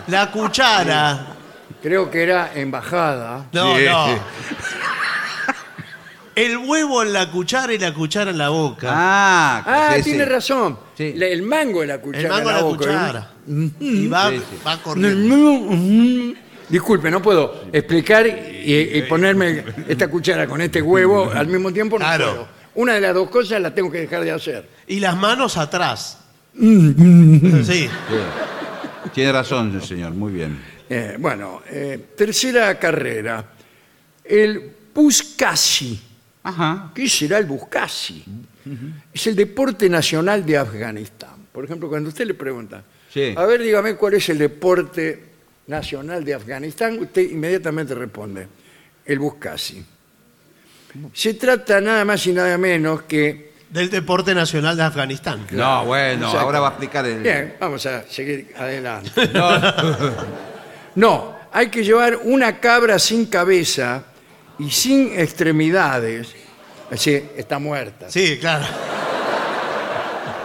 S3: La cuchara.
S2: Creo que era embajada.
S3: No,
S4: Sí.
S3: no. El huevo en la cuchara y la cuchara en la boca.
S4: Ah,
S2: Ah,
S4: sí, sí.
S2: tiene razón.
S4: Sí.
S2: La- el mango de la cuchara.
S3: el mango en la
S2: boca,
S3: cuchara. Y va,
S4: Sí, sí.
S3: va corriendo.
S2: ¿eh? Disculpe, no puedo explicar y, y ponerme esta cuchara con este huevo al mismo tiempo. No
S3: Claro.
S2: puedo. Una de las dos cosas la tengo que dejar de hacer.
S3: Y las manos atrás. Sí.
S4: Sí. Tiene razón, señor, muy bien.
S2: Eh, bueno, eh, tercera carrera. El Buscasi.
S4: Ajá.
S2: ¿Qué será el Buscasi? Es el deporte nacional de Afganistán. Por ejemplo, cuando usted le pregunta,
S4: Sí.
S2: a ver, dígame cuál es el deporte nacional de Afganistán, usted inmediatamente responde, el Buscasi. Se trata nada más y nada menos que...
S3: Del deporte nacional de Afganistán.
S4: No, bueno,
S2: Exacto.
S4: ahora va a explicar el.
S2: Bien, vamos a seguir adelante.
S4: No,
S2: No, hay que llevar una cabra sin cabeza y sin extremidades. Así, está muerta.
S3: Sí, claro.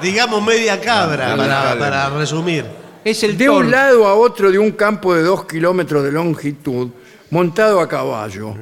S3: Digamos media cabra
S4: Ah, Media
S3: para,
S4: cabra.
S3: para resumir.
S4: es el
S2: De un
S4: toro.
S2: lado a otro de un campo de dos kilómetros de longitud, montado a caballo.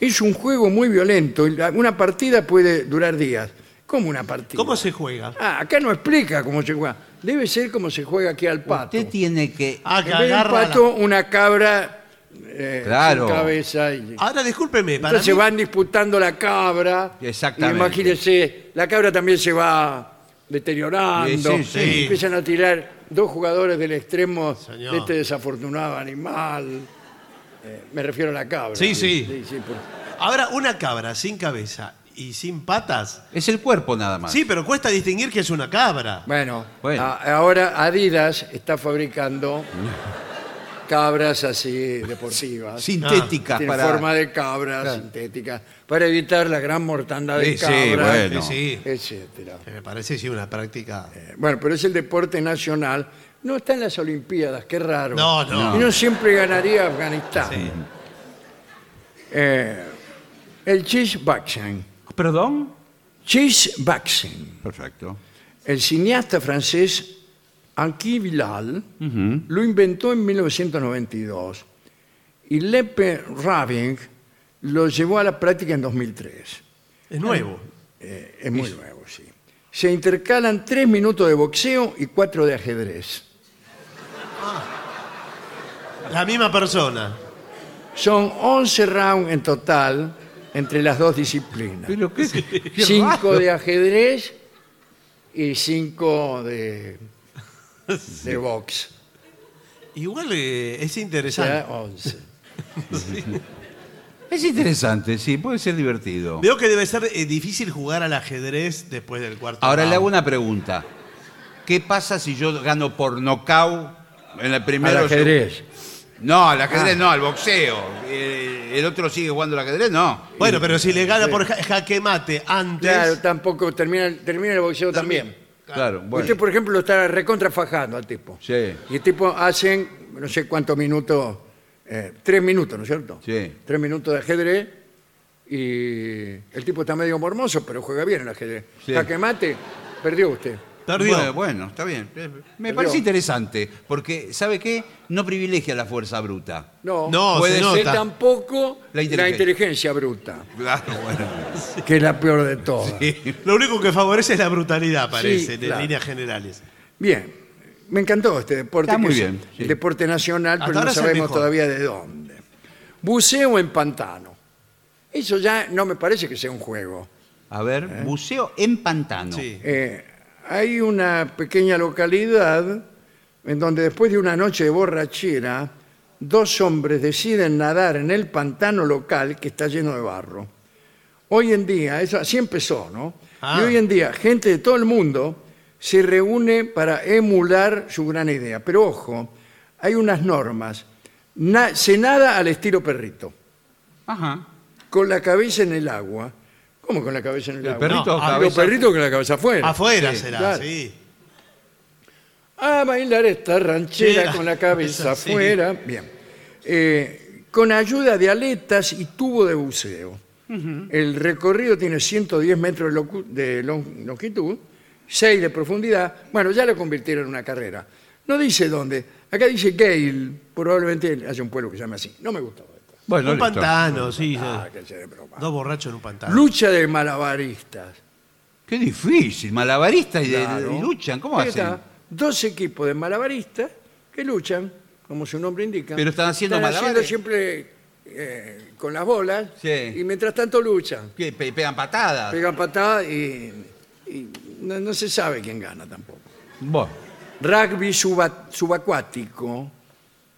S2: Es un juego muy violento. y la- Una partida puede durar días. ¿Cómo una partida?
S3: ¿Cómo se juega?
S2: Ah, acá no explica cómo se juega. Debe ser como se juega aquí al pato.
S4: Usted tiene que.
S3: Ah,
S2: En
S3: que
S2: vez de un
S3: agarra. la-
S2: pato, una cabra eh,
S4: Claro.
S2: sin cabeza. y-
S3: Ahora discúlpeme, para
S2: Entonces
S3: mí-
S2: van disputando la cabra.
S4: Exactamente.
S2: Y Imagínense, la cabra también se va deteriorando.
S4: Sí, sí, sí.
S2: Empiezan a tirar dos jugadores del extremo
S3: Señor.
S2: de este desafortunado animal. Eh, me refiero a la cabra.
S3: Sí, sí.
S2: por-
S3: Ahora, una cabra sin cabeza y sin patas.
S4: Es el cuerpo nada más.
S3: Sí, pero cuesta distinguir que es una cabra.
S2: Bueno,
S4: Bueno.
S2: a- ahora Adidas está fabricando cabras así deportivas.
S4: Sintéticas
S2: Ah, Tiene
S4: para.
S2: forma de cabra sintética para evitar la gran mortandad de
S4: Sí, sí,
S2: cabras,
S4: bueno.
S3: Sí, sí.
S2: etcétera.
S3: Eh, Me parece sí una práctica.
S2: Eh, Bueno, pero es el deporte nacional. No está en las Olimpiadas, qué raro.
S3: No, no.
S2: Y no siempre ganaría Afganistán. Eh, el cheese boxing.
S4: ¿Perdón?
S2: Cheese boxing.
S4: Perfecto.
S2: El cineasta francés Anki Villal lo inventó en 1992 y Lepe Rabin lo llevó a la práctica en 2003.
S3: Es nuevo.
S2: Eh, es muy nuevo, sí. Se intercalan tres minutos de boxeo y cuatro de ajedrez.
S3: La misma persona.
S2: Son 11 rounds en total entre las dos disciplinas.
S4: Pero qué, qué
S2: Cinco
S4: raro.
S2: de ajedrez y cinco de, de box.
S3: Igual eh, es
S2: O sea,
S3: interesante.
S2: 11.
S4: Es interesante, sí, puede ser divertido.
S3: Veo que debe ser eh, difícil jugar al ajedrez después del cuarto.
S4: Ahora le hago
S3: round.
S4: una pregunta. ¿Qué pasa si yo gano por nocaut en el
S2: Al
S4: primero?
S2: ajedrez.
S4: No, al ajedrez no, al boxeo. Eh, ¿El otro sigue jugando al ajedrez? No.
S3: Bueno, pero si le gana por ja- jaque mate antes.
S2: Claro, tampoco termina, termina el boxeo también.
S4: Claro, bueno.
S2: Usted, por ejemplo, lo está recontrafajando al tipo.
S4: Sí.
S2: Y el tipo hacen, no sé cuántos minutos, eh, tres minutos, ¿no es cierto?
S4: Sí.
S2: Tres minutos de ajedrez y el tipo está medio mormoso, pero juega bien el ajedrez.
S4: Sí.
S2: Jaque mate, perdió usted.
S3: Perdió.
S4: Bueno, bueno, está bien. Eh, Me parece interesante, porque, ¿sabe qué? No privilegia la fuerza bruta.
S2: No,
S3: No,
S2: puede
S3: se
S2: ser
S3: nota.
S2: tampoco la
S4: La
S2: inteligencia.
S4: inteligencia.
S2: bruta,
S4: Claro, bueno.
S2: que es la peor de todas.
S3: eh, Lo único que favorece es la brutalidad, parece, en
S2: claro.
S3: líneas generales.
S2: Bien, me encantó este deporte.
S4: Está
S2: que
S4: muy
S2: es
S4: bien, sí.
S2: El deporte nacional,
S3: Hasta
S2: pero no
S3: ahora es el
S2: sabemos
S3: mejor.
S2: todavía de dónde. Buceo en pantano. Eso ya no me parece que sea un juego.
S4: A ver, buceo en pantano.
S3: Sí.
S2: Eh, hay una pequeña localidad en donde después de una noche de borrachera, dos hombres deciden nadar en el pantano local que está lleno de barro. hoy en día, eso así empezó, ¿no?
S3: Ah.
S2: Y hoy en día, gente de todo el mundo se reúne para emular su gran idea. Pero ojo, hay unas normas. Na- se nada al estilo perrito,
S4: Ajá.
S2: con la cabeza en el agua. ¿Cómo con la cabeza en el, agua?
S4: perrito
S3: No,
S2: Ah, los
S4: cabeza-
S2: perritos con la cabeza afuera.
S3: Afuera
S2: Sí,
S3: será,
S2: claro.
S3: sí.
S2: A bailar esta ranchera
S3: Sí,
S2: con la cabeza
S3: sí.
S2: afuera. Bien. Eh, con ayuda de aletas y tubo de buceo. El recorrido tiene 110 metros de, locu- de lon- longitud, 6 de profundidad. Bueno, ya lo convirtieron en una carrera. No dice dónde. Acá dice Gale. Probablemente haya un pueblo que se llame así. No me gusta.
S4: Bueno,
S3: un
S4: listo.
S3: pantano, sí. sí.
S2: Ah, que se de broma.
S3: Dos borrachos en un pantano.
S2: Lucha de malabaristas.
S4: Qué difícil, malabaristas y, de-
S2: Claro.
S4: y luchan, ¿cómo
S2: Ahí
S4: hacen?
S2: está. Dos equipos de malabaristas que luchan, como su nombre indica.
S4: Pero están haciendo malabares.
S2: haciendo siempre eh, con las bolas.
S4: Sí. Ah.
S2: Y mientras tanto luchan.
S4: ¿Qué, pe- pegan patadas.
S2: Pegan patadas y, y no, no se sabe quién gana tampoco.
S4: Bueno,
S2: Rugby suba- subacuático.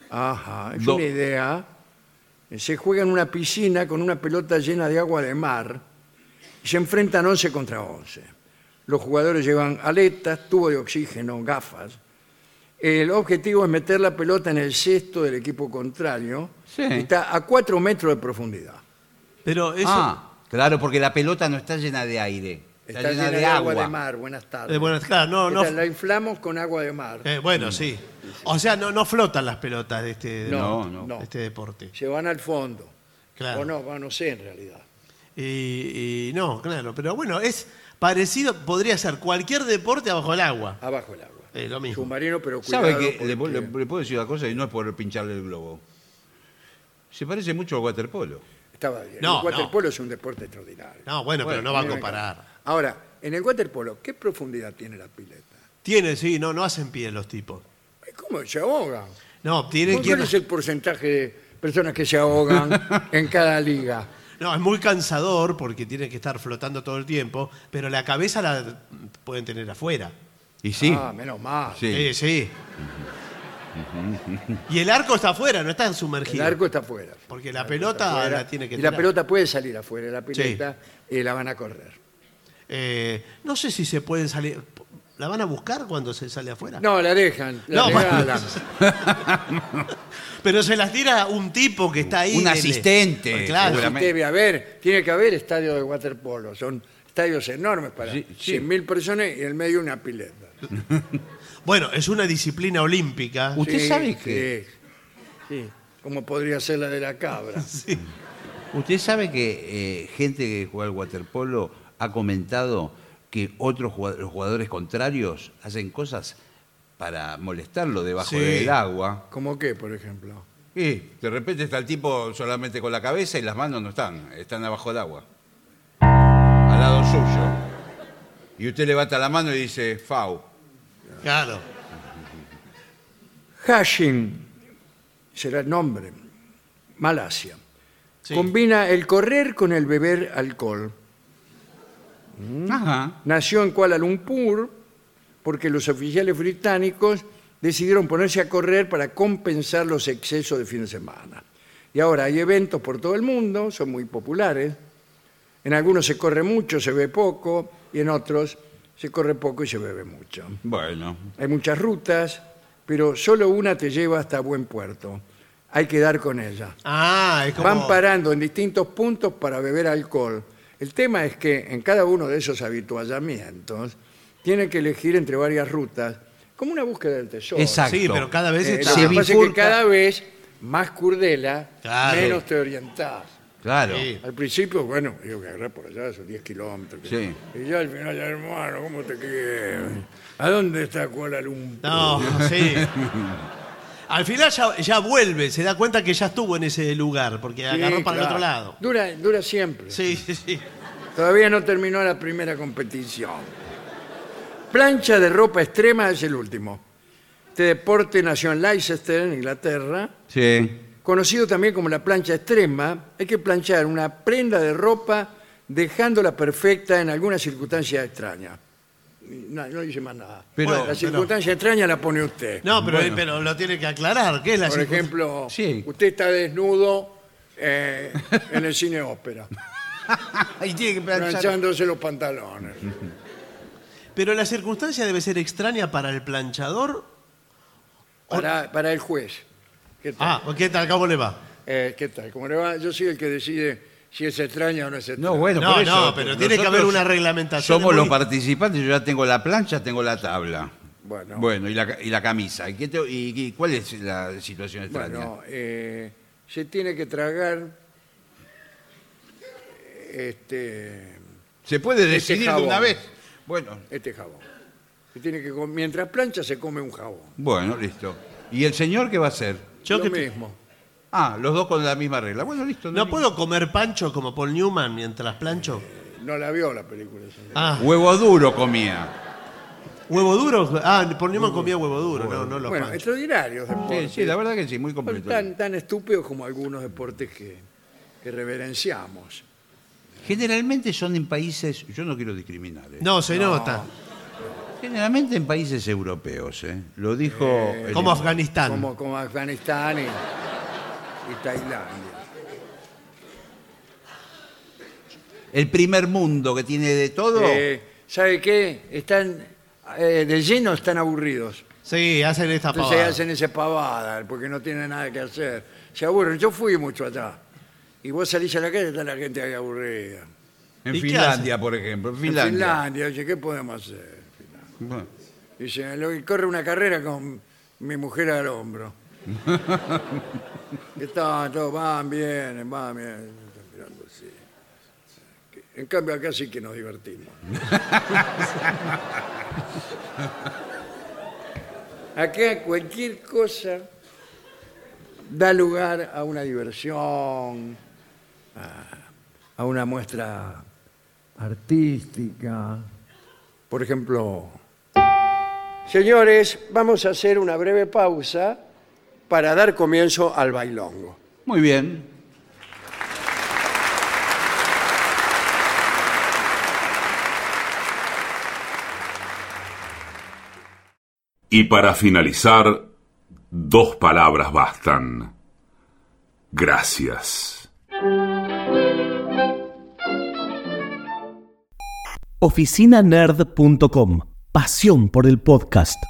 S2: Ajá, es
S4: Do-
S2: una idea. Se juega en una piscina con una pelota llena de agua de mar y se enfrentan 11 contra 11. Los jugadores llevan aletas, tubo de oxígeno, gafas. El objetivo es meter la pelota en el cesto del equipo contrario.
S4: Sí.
S2: que Está a 4 metros de profundidad.
S3: Pero eso.
S4: Ah, claro, porque la pelota no está llena de aire. Está, llena, de, agua.
S2: de mar. Buenas tardes.
S3: eh, bueno, claro, no,
S2: ¿Qué
S3: no.
S2: tal? La inflamos con agua de mar.
S3: eh, bueno, sí. O sea, no, no flotan las pelotas de este,
S2: No,
S3: de
S2: no.
S3: este deporte.
S2: Se van al fondo.
S3: Claro.
S2: O no, bueno, no sé en realidad.
S3: Y, y no, claro. Pero bueno, es parecido, podría ser cualquier deporte bajo el agua.
S2: Abajo el agua.
S3: Eh, lo mismo.
S2: Submarino, pero cuidado.
S4: ¿Sabe que le,
S2: porque-
S4: le- le puedo decir una cosa y no es por pincharle el globo? Se parece mucho al waterpolo.
S2: Estaba bien.
S3: No,
S2: el waterpolo es un deporte extraordinario.
S3: No, bueno, pero no va a comparar.
S2: Ahora, en el waterpolo, ¿qué profundidad tiene la pileta?
S3: Tiene, sí, no, no hacen pie los tipos.
S2: ¿Cómo se ahogan?
S3: No, tienen
S2: ¿Cuál
S3: que.
S2: es el porcentaje de personas que se ahogan en cada liga?
S3: No, es muy cansador porque tienen que estar flotando todo el tiempo, pero la cabeza la pueden tener afuera.
S4: Y sí,
S2: Ah, menos mal.
S4: sí.
S3: Sí, sí. y el arco está afuera, no está
S2: El
S3: sumergido.
S2: arco está afuera.
S3: Porque la pelota
S2: Afuera.
S3: la tiene que
S2: y
S3: tirar.
S2: la pelota puede salir afuera, la pileta, y la van a correr.
S3: Eh, no sé si se pueden salir. ¿La van a buscar cuando se sale afuera?
S2: No, la dejan, la
S3: No,
S2: regalan.
S3: Pero se las tira un tipo que está ahí.
S4: Un
S3: en el-
S4: asistente,
S3: Claro.
S4: seguramente.
S2: Debe haber, tiene que haber estadio de waterpolo. Son estadios enormes para
S4: Sí, sí.
S2: 100.000 personas y en el medio una pileta.
S3: Bueno, es una disciplina olímpica.
S4: Usted
S2: Sí,
S4: sabe que
S2: Sí, sí. como podría ser la de la cabra.
S4: usted sabe que eh, gente que juega al waterpolo ha comentado que otros jugad- los jugadores contrarios hacen cosas para molestarlo debajo
S3: Sí.
S4: del agua.
S2: ¿Como qué, por ejemplo?
S4: Y de repente está el tipo solamente con la cabeza y las manos no están, están abajo del agua, al lado suyo. Y usted levanta la mano y dice, Fau.
S3: Claro.
S2: Hashing será el nombre. Malasia.
S3: Sí.
S2: Combina el correr con el beber alcohol.
S4: Ajá.
S2: Nació en Kuala Lumpur porque los oficiales británicos decidieron ponerse a correr para compensar los excesos de fin de semana. Y ahora hay eventos por todo el mundo, son muy populares. En algunos se corre mucho, se ve poco, y en otros se corre poco y se bebe mucho.
S4: Bueno.
S2: Hay muchas rutas, pero solo una te lleva hasta buen puerto. Hay que dar con ella.
S3: Ah, es como.
S2: Van parando en distintos puntos para beber alcohol. El tema es que en cada uno de esos habituallamientos tienen que elegir entre varias rutas, como una búsqueda del tesoro.
S4: Exacto.
S3: Sí, pero cada vez
S2: Eh,
S3: está.
S2: lo
S4: Se
S2: que pasa es que
S4: bifurca.
S2: cada vez más curdela,
S3: Claro.
S2: menos te orientás.
S4: Claro.
S3: Sí.
S2: Al principio, bueno, yo voy a agarrar por allá esos 10 kilómetros.
S4: Sí.
S2: Y ya al final, ya, hermano, ¿cómo te quedas? ¿A dónde está Kuala Lumpur?
S3: No, sí. Al final ya, ya vuelve, se da cuenta que ya estuvo en ese lugar, porque
S2: Sí,
S3: agarró para el
S2: claro.
S3: otro lado.
S2: Dura, dura siempre.
S3: Sí, sí, sí.
S2: Todavía no terminó la primera competición. Plancha de ropa extrema es el último. Este deporte nació en Leicester, en Inglaterra.
S4: Sí.
S2: Conocido también como la plancha extrema, hay que planchar una prenda de ropa dejándola perfecta en alguna circunstancia extraña. No, no dice más nada.
S4: Pero-
S2: Bueno, la
S4: pero-
S2: circunstancia extraña la pone usted.
S3: No, pero,
S4: Bueno.
S3: pero lo tiene que aclarar. ¿Qué es la
S2: Por
S3: circun-
S2: ejemplo,
S4: Sí.
S2: usted está desnudo eh, en el cine ópera.
S4: y tiene que planchar.
S2: planchándose los pantalones.
S3: Pero la circunstancia debe ser extraña para el planchador.
S2: Para, para el juez. ¿Qué tal?
S3: Ah, ¿qué tal? ¿Cómo le va?
S2: Eh, ¿Qué tal? ¿Cómo le va? Yo soy el que decide si es extraña o no es extraña.
S4: No, bueno,
S3: No,
S4: por eso,
S3: no, pero tiene que
S4: nosotros
S3: haber una reglamentación
S4: Somos
S3: muy-
S4: los participantes, yo ya tengo la plancha, tengo la tabla.
S2: Bueno.
S4: Bueno, y la, ca- y la camisa. ¿Y, qué te- y- y cuál es la situación extraña?
S2: Bueno, eh, se tiene que tragar este,
S4: ¿Se puede
S2: Ese
S4: decidir de una
S2: jabón.
S4: vez? Bueno,
S2: este jabón. Se tiene que, com- mientras plancha se come un jabón.
S4: bueno, listo. ¿Y el señor qué va a hacer?
S3: Yo
S2: Lo
S3: que te-
S2: mismo.
S4: Ah, los dos con la misma regla. Bueno, listo.
S3: ¿No
S4: hay
S3: puedo comer pancho como Paul Newman mientras plancho?
S2: No la vio la película. señor.
S3: Ah,
S4: ningún- Huevo duro comía.
S3: huevo duro. Ah, Paul Newman comía huevo duro, no, no los
S2: bueno,
S3: panchos.
S2: extraordinarios
S4: Sí,
S2: deportes.
S4: sí, la verdad que sí, muy
S2: Son
S4: completo.
S2: tan, tan estúpidos como algunos deportes que, que reverenciamos.
S4: Generalmente son en países, yo no quiero discriminar, ¿eh?
S2: este-
S3: No, se nota.
S4: generalmente en países europeos, ¿eh? Lo dijo... el-
S3: Como Afganistán.
S2: Como, como Afganistán y, y Tailandia.
S4: El primer mundo que tiene de todo.
S2: Eh, ¿Sabe qué? Están eh, de lleno están aburridos.
S3: Sí, hacen esta
S2: Entonces
S3: pavada.
S2: hacen esa pavada porque no tienen nada que hacer. Se aburren. Yo fui mucho allá. Y vos salís a la calle y está la gente ahí aburrida.
S4: en
S3: ¿y qué
S4: Finlandia, por ejemplo. En
S2: En
S4: Finlandia.
S2: Finlandia, oye, ¿qué podemos hacer?
S4: Bueno,
S2: Dice, lo que corre una carrera con mi mujer al hombro. Están todos, van, vienen, van, vienen. Están mirando así. En cambio acá sí que nos divertimos. acá cualquier cosa da lugar a una diversión, a, a una muestra artística. Por ejemplo, Señores, vamos a hacer una breve pausa para dar comienzo al bailongo.
S4: Muy bien.
S5: Y para finalizar, dos palabras bastan. Gracias.
S6: oficinanerd.com. Pasión por el podcast.